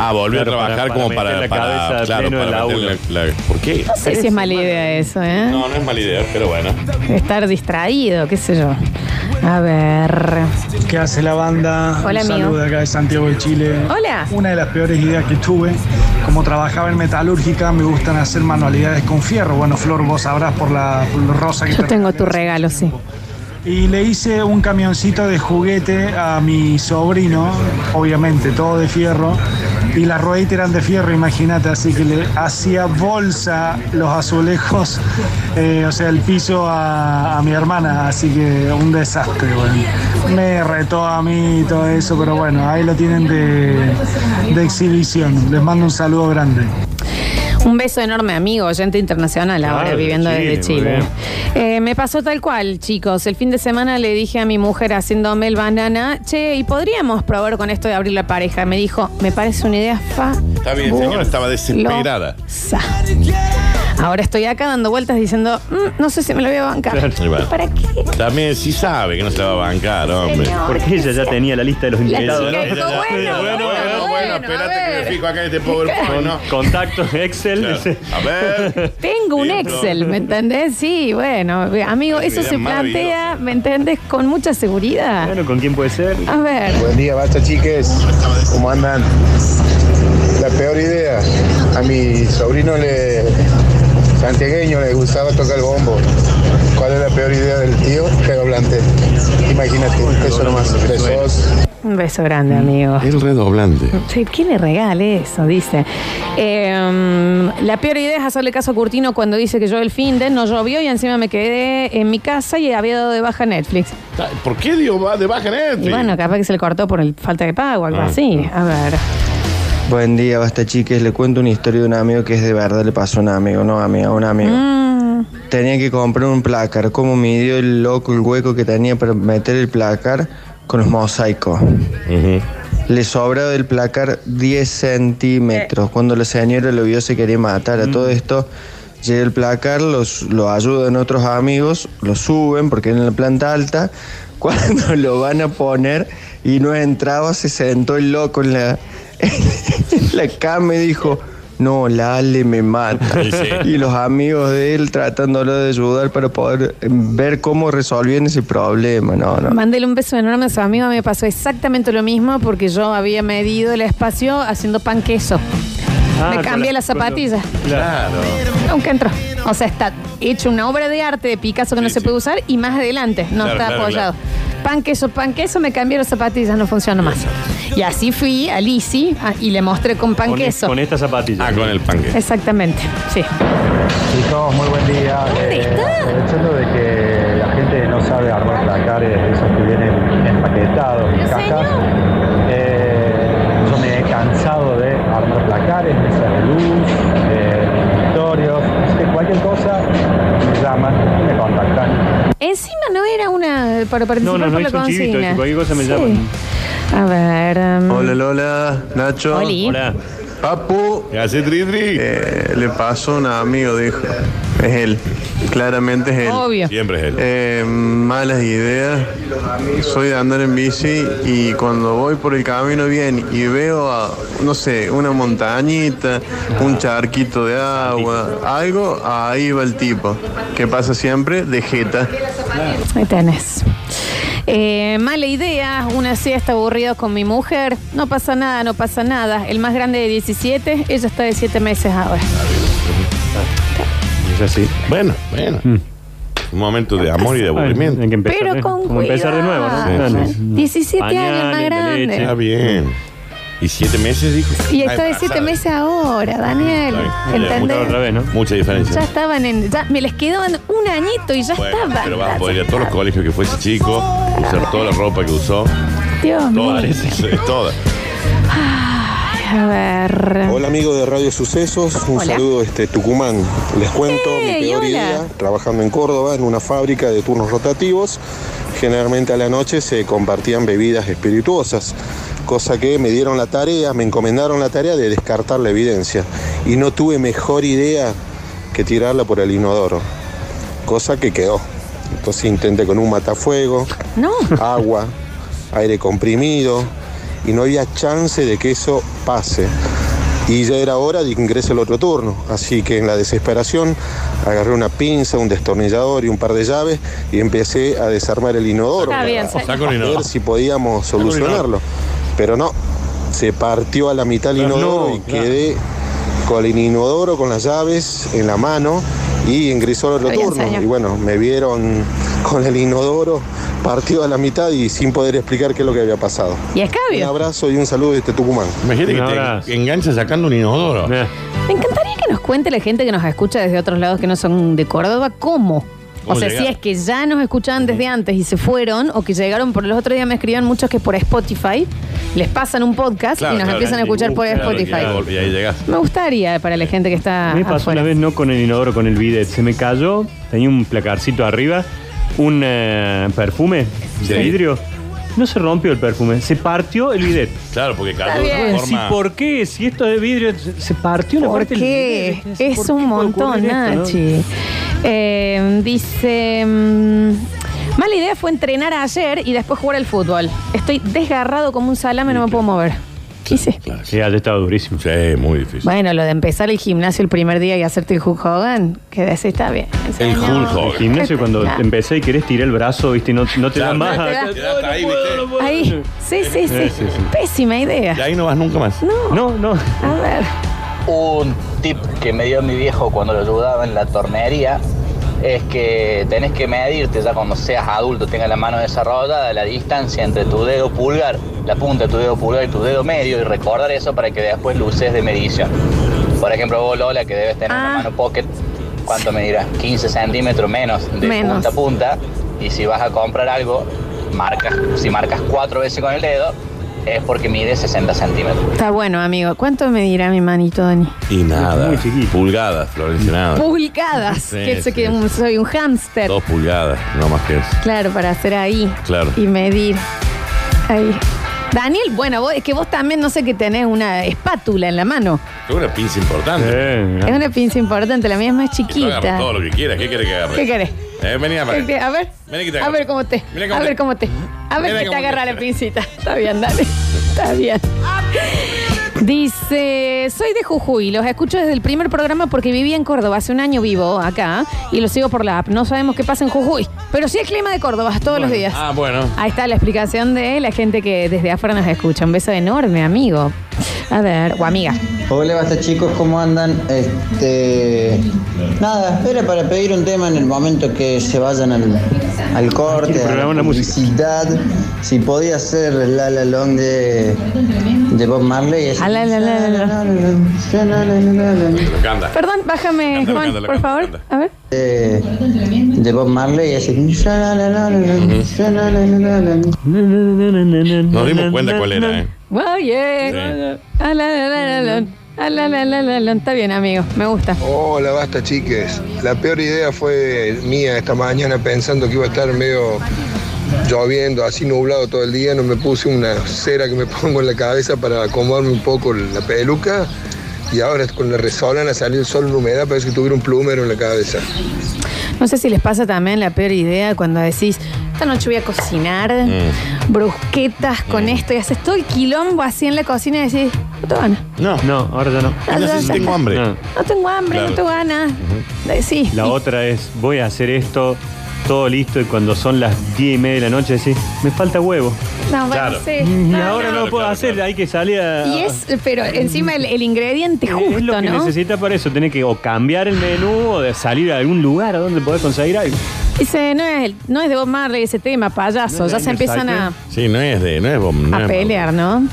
Speaker 1: ah, volvió
Speaker 4: Claro,
Speaker 1: a trabajar
Speaker 4: para-
Speaker 1: como
Speaker 4: para
Speaker 1: para.
Speaker 4: meter la
Speaker 1: para-
Speaker 4: cabeza
Speaker 1: claro,
Speaker 4: pleno en
Speaker 1: para
Speaker 4: la
Speaker 1: meter la- la- ¿Por qué?
Speaker 2: No sé si es mala idea eso, ¿eh?
Speaker 1: No, no es mala idea, pero bueno.
Speaker 2: Estar distraído, qué sé yo. A ver.
Speaker 15: ¿Qué hace la banda?
Speaker 2: Hola,
Speaker 15: Ah, Un
Speaker 2: amigo.
Speaker 15: saludo de acá de Santiago de Chile.
Speaker 2: Hola.
Speaker 15: Una de las peores ideas que tuve, como trabajaba en metalúrgica, me gustan hacer manualidades con fierro. Bueno, Flor, vos sabrás por la, por la rosa que
Speaker 2: Yo
Speaker 15: te
Speaker 2: tengo tu regalo, sí.
Speaker 15: y le hice un camioncito de juguete a mi sobrino, obviamente todo de fierro, y las rueditas eran de fierro, imagínate, así que le hacía bolsa los azulejos, eh, o sea, el piso a, a mi hermana, así que un desastre, bueno. Me retó a mí y todo eso, pero bueno, ahí lo tienen de, de exhibición. Les mando un saludo grande.
Speaker 2: Un beso enorme, amigo, oyente internacional ahora
Speaker 15: Claro,
Speaker 2: viviendo
Speaker 15: Chile,
Speaker 2: desde
Speaker 15: muy
Speaker 2: Chile.
Speaker 15: bien.
Speaker 2: Eh, me pasó tal cual, chicos. El fin de semana le dije a mi mujer haciéndome el banana, che, ¿y podríamos probar con esto de abrir la pareja? Me dijo, me parece una idea fa.
Speaker 1: Está bien, señora estaba desesperada.
Speaker 2: sa". Ahora estoy acá dando vueltas diciendo, "Mm, no sé si me lo voy a bancar.
Speaker 1: Ahí va.
Speaker 2: ¿Para qué?
Speaker 1: También sí sabe que no se la va a bancar, hombre.
Speaker 2: Señor, Porque
Speaker 4: ella ya tenía la lista de los
Speaker 2: La
Speaker 4: invitados.
Speaker 2: chica
Speaker 4: ¿no?
Speaker 2: dijo, bueno, bueno, bueno, a ver.
Speaker 1: Fijo acá en este pobre
Speaker 4: Con- Contacto Excel. dice.
Speaker 1: A ver.
Speaker 2: Tengo un Excel, ¿me entendés? Sí, bueno, amigo, eso
Speaker 4: Idea
Speaker 2: se plantea, ¿me entendés? Con mucha seguridad.
Speaker 4: Bueno, ¿con quién puede ser?
Speaker 2: A ver.
Speaker 18: Buen día, basta chiques. ¿Cómo andan? La peor idea. A mi sobrino le
Speaker 17: santiagueño le gustaba tocar el bombo. ¿Cuál es la peor idea del tío? Redoblante. Imagínate, eso nomás. Besos.
Speaker 2: Un beso grande, amigo.
Speaker 1: El redoblante.
Speaker 2: Sí, ¿Quién le regale eso? Dice. Eh, mm, la peor idea es hacerle caso a Curtino cuando dice que yo el fin de no llovió y encima me quedé en mi casa y había dado de baja Netflix.
Speaker 1: ¿Por qué dio va- de baja este? Netflix?
Speaker 2: Y bueno, capaz que se le cortó por el falta de pago o algo
Speaker 19: Ah,
Speaker 2: así. A ver.
Speaker 19: Buen día, basta chiques. Le cuento una historia de un amigo que es de verdad, le pasó a un amigo, no amiga, a un amigo. Tenía que comprar un placar. ¿Cómo midió el loco el hueco que tenía para meter el placar con los mosaicos? Le sobraba del placar 10 centímetros. Cuando la señora lo vio, se quería matar. A todo esto, llega el placar, los, lo ayudan otros amigos, lo suben porque era en la planta alta. [laughs] Cuando lo van a poner y no entraba, se sentó el loco en la, [laughs] en la cama y dijo. No, la Ale me mata.
Speaker 20: Y sí.
Speaker 19: Y los amigos de él tratándolo de ayudar para poder eh, ver cómo resolvían ese problema. No, no.
Speaker 2: Mándele un beso enorme a su amigo. A mí me pasó exactamente lo mismo porque yo había medido el espacio haciendo pan queso.
Speaker 4: Ah,
Speaker 2: me
Speaker 4: con
Speaker 2: cambié
Speaker 4: la-
Speaker 2: las zapatillas.
Speaker 1: Claro.
Speaker 2: Nunca entró. O sea, está hecho una obra de arte de Picasso que no se puede usar y más adelante no
Speaker 1: Claro,
Speaker 2: está
Speaker 1: claro,
Speaker 2: apoyado. Pan queso, pan queso, me cambié las zapatillas, no funciona más. Y así fui a Lisi ah, y le mostré con pan
Speaker 21: e-
Speaker 4: Con,
Speaker 2: queso.
Speaker 4: con esta zapatilla. Ah, con
Speaker 1: el panque.
Speaker 2: Exactamente, sí.
Speaker 21: Chicos, muy buen día. Eh, aprovechando de que la gente no sabe armar placares, esos que vienen empaquetados en cajas. eh, yo me he cansado de armar placares, mesas de luz, eh, escritorios, así que cualquier cosa, me llaman, me contactan.
Speaker 2: Encima no era una para participar
Speaker 21: No, no,
Speaker 2: por
Speaker 21: no
Speaker 2: la
Speaker 21: hizo un chivito,
Speaker 2: consigna.
Speaker 21: hizo cualquier cosa me
Speaker 2: Sí.
Speaker 21: llaman.
Speaker 2: A ver. um,
Speaker 22: Hola Lola, Nacho.
Speaker 2: Oli.
Speaker 22: Hola. Papu. Eh, le pasó a un amigo, dijo. Es él. Claramente es él. Eh,
Speaker 2: Obvio.
Speaker 1: Siempre es él.
Speaker 22: malas ideas. Soy de andar en bici y cuando voy por el camino bien y veo, a, no sé, una montañita, un charquito de agua, algo, ahí va el tipo. Que pasa siempre? De jeta.
Speaker 2: Ahí tenés. Eh, mala idea, una siesta aburrida con mi mujer. No pasa nada, no pasa nada. El más grande de 17, ella está de 7 meses ahora.
Speaker 1: Es así. Bueno, bueno. Un momento de amor y de aburrimiento.
Speaker 4: Hay que empezar
Speaker 2: Pero
Speaker 4: de-
Speaker 2: con
Speaker 4: como empezar de nuevo, ¿no?
Speaker 2: cuidado.
Speaker 4: Claro.
Speaker 2: Sí, sí, sí. 17 años más grande.
Speaker 1: Está bien. ¿Y siete meses, dijo?
Speaker 2: Y está de
Speaker 1: embarazada.
Speaker 2: 7 meses ahora, Daniel.
Speaker 1: Está bien.
Speaker 2: ¿Entendés?
Speaker 1: Mucha
Speaker 2: Ya
Speaker 1: diferencia.
Speaker 2: estaban en. Ya, me les quedaban un añito y ya
Speaker 1: Bueno,
Speaker 2: estaban.
Speaker 1: pero vas a
Speaker 4: pues,
Speaker 1: poder ir a todos los colegios que fue ese chico, usar toda la ropa que usó.
Speaker 2: Dios mío.
Speaker 1: Todas, sí, todas.
Speaker 2: Ay, A ver.
Speaker 23: Hola amigos de Radio Sucesos, un
Speaker 2: Hola.
Speaker 23: saludo este Tucumán. Les cuento
Speaker 2: Hey,
Speaker 23: mi peor
Speaker 2: hola.
Speaker 23: idea, trabajando en Córdoba en una fábrica de turnos rotativos, generalmente a la noche se compartían bebidas espirituosas, cosa que me dieron la tarea, me encomendaron la tarea de descartar la evidencia y no tuve mejor idea que tirarla por el inodoro, cosa que quedó. Entonces intenté con un matafuego, agua, aire comprimido y no había chance de que eso pase. Y ya era hora de que ingrese el otro turno. Así que en la desesperación agarré una pinza, un destornillador y un par de llaves y empecé a desarmar el inodoro
Speaker 2: Está bien,
Speaker 23: para
Speaker 2: saca el inodoro.
Speaker 23: ver si podíamos
Speaker 1: el inodoro.
Speaker 23: solucionarlo. Pero no, se partió a la mitad el
Speaker 1: Pero
Speaker 23: inodoro
Speaker 1: no,
Speaker 23: y quedé con el inodoro, con las llaves en la mano y ingresó al otro
Speaker 2: Está bien,
Speaker 23: turno.
Speaker 2: señor.
Speaker 23: Y bueno, me vieron con el inodoro partido a la mitad y sin poder explicar qué es lo que había pasado.
Speaker 2: Y es
Speaker 23: Un
Speaker 2: cabio.
Speaker 23: abrazo y un saludo desde Tucumán.
Speaker 1: Imagínate que te engancha sacando un inodoro.
Speaker 2: Me encantaría que nos cuente la gente que nos escucha desde otros lados que no son de Córdoba, cómo. O
Speaker 1: ¿Cómo
Speaker 2: sea,
Speaker 1: llegar?
Speaker 2: si es que ya nos escuchaban desde antes y se fueron, o que llegaron por los otros días, me escribían muchos que por Spotify les pasan un podcast
Speaker 4: Claro,
Speaker 2: y nos
Speaker 4: claro,
Speaker 2: empiezan a
Speaker 4: y
Speaker 2: escuchar por
Speaker 4: buscan,
Speaker 2: Spotify.
Speaker 4: claro,
Speaker 1: Y ahí llegas.
Speaker 2: Me gustaría para la gente que está.
Speaker 4: me pasó
Speaker 2: afuera.
Speaker 4: una vez no con el inodoro, con el bidet. Se me cayó, tenía un placarcito arriba, un eh, perfume de
Speaker 1: Sí.
Speaker 4: vidrio. No se rompió el perfume, se partió el bidet.
Speaker 1: Claro, porque
Speaker 4: Yo
Speaker 1: cayó de
Speaker 4: decía,
Speaker 1: una forma.
Speaker 4: ¿Por qué? Si esto de vidrio se partió una
Speaker 2: ¿Por
Speaker 4: parte del
Speaker 2: qué?
Speaker 4: bidet,
Speaker 2: Es
Speaker 4: ¿por qué
Speaker 2: un
Speaker 4: puede
Speaker 2: montón,
Speaker 4: ocurrir esto, no?
Speaker 2: Nachi. Eh, dice. mm, Mala idea fue entrenar ayer y después jugar al fútbol. Estoy desgarrado como un salame, no me puedo mover. ¿Qué hice?
Speaker 4: Sí, ayer estaba
Speaker 2: [laughs]
Speaker 4: durísimo.
Speaker 1: Sí, muy difícil.
Speaker 2: Bueno, lo de empezar el gimnasio el primer día y hacerte el Hulk Hogan, que decís, está bien.
Speaker 4: El
Speaker 2: señor.
Speaker 4: gimnasio cuando
Speaker 2: Claro.
Speaker 4: te empecé y querés tirar el brazo, viste, no, no te da más.
Speaker 2: No te da- Ahí, sí, sí, sí.
Speaker 4: Eh, sí, sí.
Speaker 2: Pésima idea.
Speaker 1: ahí no vas nunca más.
Speaker 2: No.
Speaker 4: No, no.
Speaker 2: A ver.
Speaker 9: Un tip que me dio mi viejo cuando lo ayudaba en la tornería es que tenés que medirte ya cuando seas adulto, tengas la mano desarrollada, la distancia entre tu dedo pulgar, la punta de tu dedo pulgar y tu dedo medio y recordar eso para que después lo uses de medición. Por ejemplo, vos Lola, que debes tener una mano pocket, ¿cuánto medirás? 15 centímetros menos de
Speaker 2: Menos.
Speaker 9: punta a punta y si vas a comprar algo, marcas, si marcas cuatro veces con el dedo, es porque mide 60 centímetros.
Speaker 2: Está bueno, amigo. ¿Cuánto me dirá mi manito, Dani?
Speaker 24: Y nada. Pulgadas, Florencia, nada.
Speaker 2: Pulgadas.
Speaker 24: Ah. Sí,
Speaker 2: que eso
Speaker 24: sí,
Speaker 2: que un- soy un hámster.
Speaker 24: Dos pulgadas, no más que eso.
Speaker 2: Claro, para hacer ahí.
Speaker 24: Claro.
Speaker 2: Y medir. Ahí. Daniel, bueno, vos, es que vos también no sé que tenés una espátula en la mano.
Speaker 1: Es una pinza importante.
Speaker 2: Es una pinza importante, la mía es más
Speaker 1: Yo agarro
Speaker 2: chiquita.
Speaker 1: todo Ah. lo que quieras. ¿Qué quieres que agarre?
Speaker 2: ¿Qué querés?
Speaker 1: Eh, vení a
Speaker 2: ¿Qué
Speaker 1: ver.
Speaker 2: qué? A ver.
Speaker 1: Vení que te
Speaker 2: A
Speaker 1: agarro.
Speaker 2: ver cómo te.
Speaker 1: Mirá cómo
Speaker 2: A
Speaker 1: te-
Speaker 2: ver cómo te. A ver
Speaker 1: Mirá
Speaker 2: que te
Speaker 1: cómo te-
Speaker 2: agarra la pincita. Está bien, dale. Está bien. Dice, soy de Jujuy, los escucho desde el primer programa porque viví en Córdoba, hace un año vivo acá y los sigo por la app. No sabemos qué pasa en Jujuy, pero sí el clima de Córdoba todos los días.
Speaker 24: Ah, bueno.
Speaker 2: Ahí está la explicación de la gente que desde afuera nos escucha. Un beso enorme, amigo. A ver, o amiga.
Speaker 25: Hola, basta chicos, ¿cómo andan? Este. Nada, era para pedir un tema en el momento que se vayan al, al corte, a la publicidad. Si podía ser la la long de, de Bob Marley. es-
Speaker 1: Lo canta.
Speaker 2: Perdón, bájame,
Speaker 25: Cántalo,
Speaker 2: Juan,
Speaker 25: cántalo,
Speaker 2: por favor. A ver.
Speaker 25: De, de Bob Marley, ese. Nos
Speaker 1: dimos cuenta cuál era, ¿eh?
Speaker 2: Wow, yeah. Ah, la, la, la, la, la. Ah, la, la, la, la, la. Está bien, amigo. Me gusta.
Speaker 26: Hola, basta chiques. La peor idea fue mía esta mañana pensando que iba a estar medio lloviendo, así nublado todo el día. No me puse una cera que me [laughs] pongo en la cabeza para acomodarme un poco la peluca. Y ahora con la resolana salió el sol en humedad, parece que tuviera un plumero en la cabeza.
Speaker 2: No sé si les pasa también la peor idea cuando decís, esta noche voy a cocinar Mm. brusquetas con esto y haces todo el quilombo así en la cocina y decís, no tengo ganas.
Speaker 4: No. No, ahora ya no.
Speaker 2: Ah, No sé ya si está. tengo hambre.
Speaker 4: No.
Speaker 2: No tengo hambre,
Speaker 4: Claro.
Speaker 2: no tengo ganas. Decís.
Speaker 4: La otra es, voy a hacer esto, todo listo, y cuando son las 10 y media de la noche decís, me falta huevo.
Speaker 2: No, bueno, sí.
Speaker 4: Mm,
Speaker 2: No,
Speaker 4: ahora no,
Speaker 2: no.
Speaker 4: lo puedo hacer, hay que salir a...
Speaker 2: Y es, pero encima el, el ingrediente
Speaker 4: Ah. Es lo
Speaker 2: justo,
Speaker 4: que
Speaker 2: ¿no?
Speaker 4: necesitas para eso, tenés que o cambiar el menú o de salir a algún lugar a donde podés conseguir algo.
Speaker 2: Dice, no es, el- no es de Bob Marley ese tema, payaso. Ya se empiezan a,
Speaker 24: Sí, no es de. No es bom- no
Speaker 2: a
Speaker 24: es-
Speaker 2: pelear, ¿no?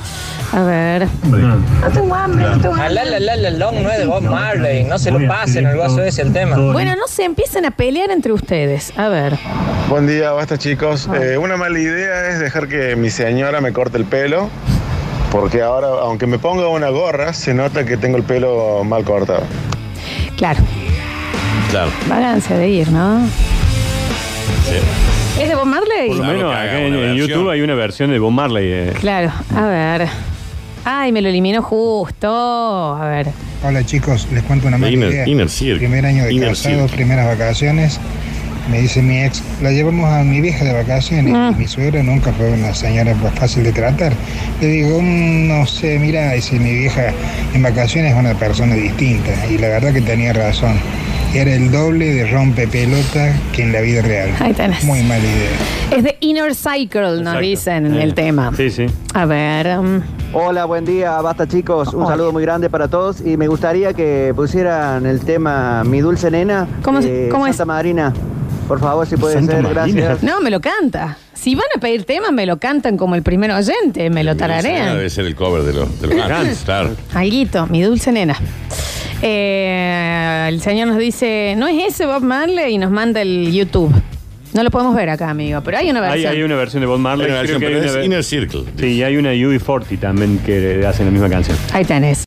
Speaker 2: A ver. No tengo hambre, no tengo
Speaker 6: A
Speaker 2: hambre.
Speaker 6: la la la la long no es de Bob Marley, no se lo pasen, el vaso es el tema.
Speaker 2: Bueno, no se empiezan a pelear entre ustedes. A ver.
Speaker 27: Buen día, basta chicos.
Speaker 26: Ah.
Speaker 27: Eh, una mala idea es dejar que mi señora me corte el pelo, porque ahora, aunque me ponga una gorra, se nota que tengo el pelo mal cortado.
Speaker 2: Claro,
Speaker 24: Claro.
Speaker 2: balance de ir, ¿no?
Speaker 24: Sí.
Speaker 2: ¿Es de Bob Marley?
Speaker 4: Por lo menos acá en, en YouTube hay una versión de Bob Marley. eh.
Speaker 2: Claro, a ver. Ay, me lo eliminó justo. A ver.
Speaker 28: Hola chicos, les cuento una mala
Speaker 2: Inner-
Speaker 28: idea.
Speaker 24: Inner
Speaker 28: Primer año de
Speaker 24: Inner
Speaker 28: casado,
Speaker 24: Circle.
Speaker 28: primeras vacaciones. Me dice mi ex, la llevamos a mi vieja de vacaciones. y Mi suegra nunca fue una señora pues, fácil de tratar. Le digo, "Mm, no sé, mira, dice mi vieja en vacaciones es una persona distinta. Y la verdad que tenía razón. Era el doble de rompepelota que en la vida real.
Speaker 2: Ahí tenés.
Speaker 28: Muy mala idea.
Speaker 2: Es de Inner Cycle, nos dicen en el tema.
Speaker 4: Eh, Sí, sí.
Speaker 2: A ver. mm,
Speaker 29: Hola, buen día, basta chicos. Un saludo muy grande para todos y me gustaría que pusieran el tema Mi dulce nena. ¿Cómo, es? Santa Madrina. Por favor, si puede
Speaker 2: Santa
Speaker 29: ser,
Speaker 2: Marina.
Speaker 29: gracias.
Speaker 2: No, me lo canta. Si van a pedir temas, me lo cantan como el primer oyente, me lo tararean.
Speaker 1: Debe ser el cover de los, de los Guns, claro.
Speaker 2: Alguito, mi dulce nena. Eh, el señor nos dice, no es ese Bob Marley y nos manda el YouTube. No lo podemos ver acá, amigo, pero hay una
Speaker 4: Hay,
Speaker 2: versión.
Speaker 4: hay una versión de Bob Marley.
Speaker 24: Hay una versión, pero es Inner
Speaker 4: Circle. Sí, y hay una UB40 también que eh, hacen la misma canción.
Speaker 2: Ahí tenés.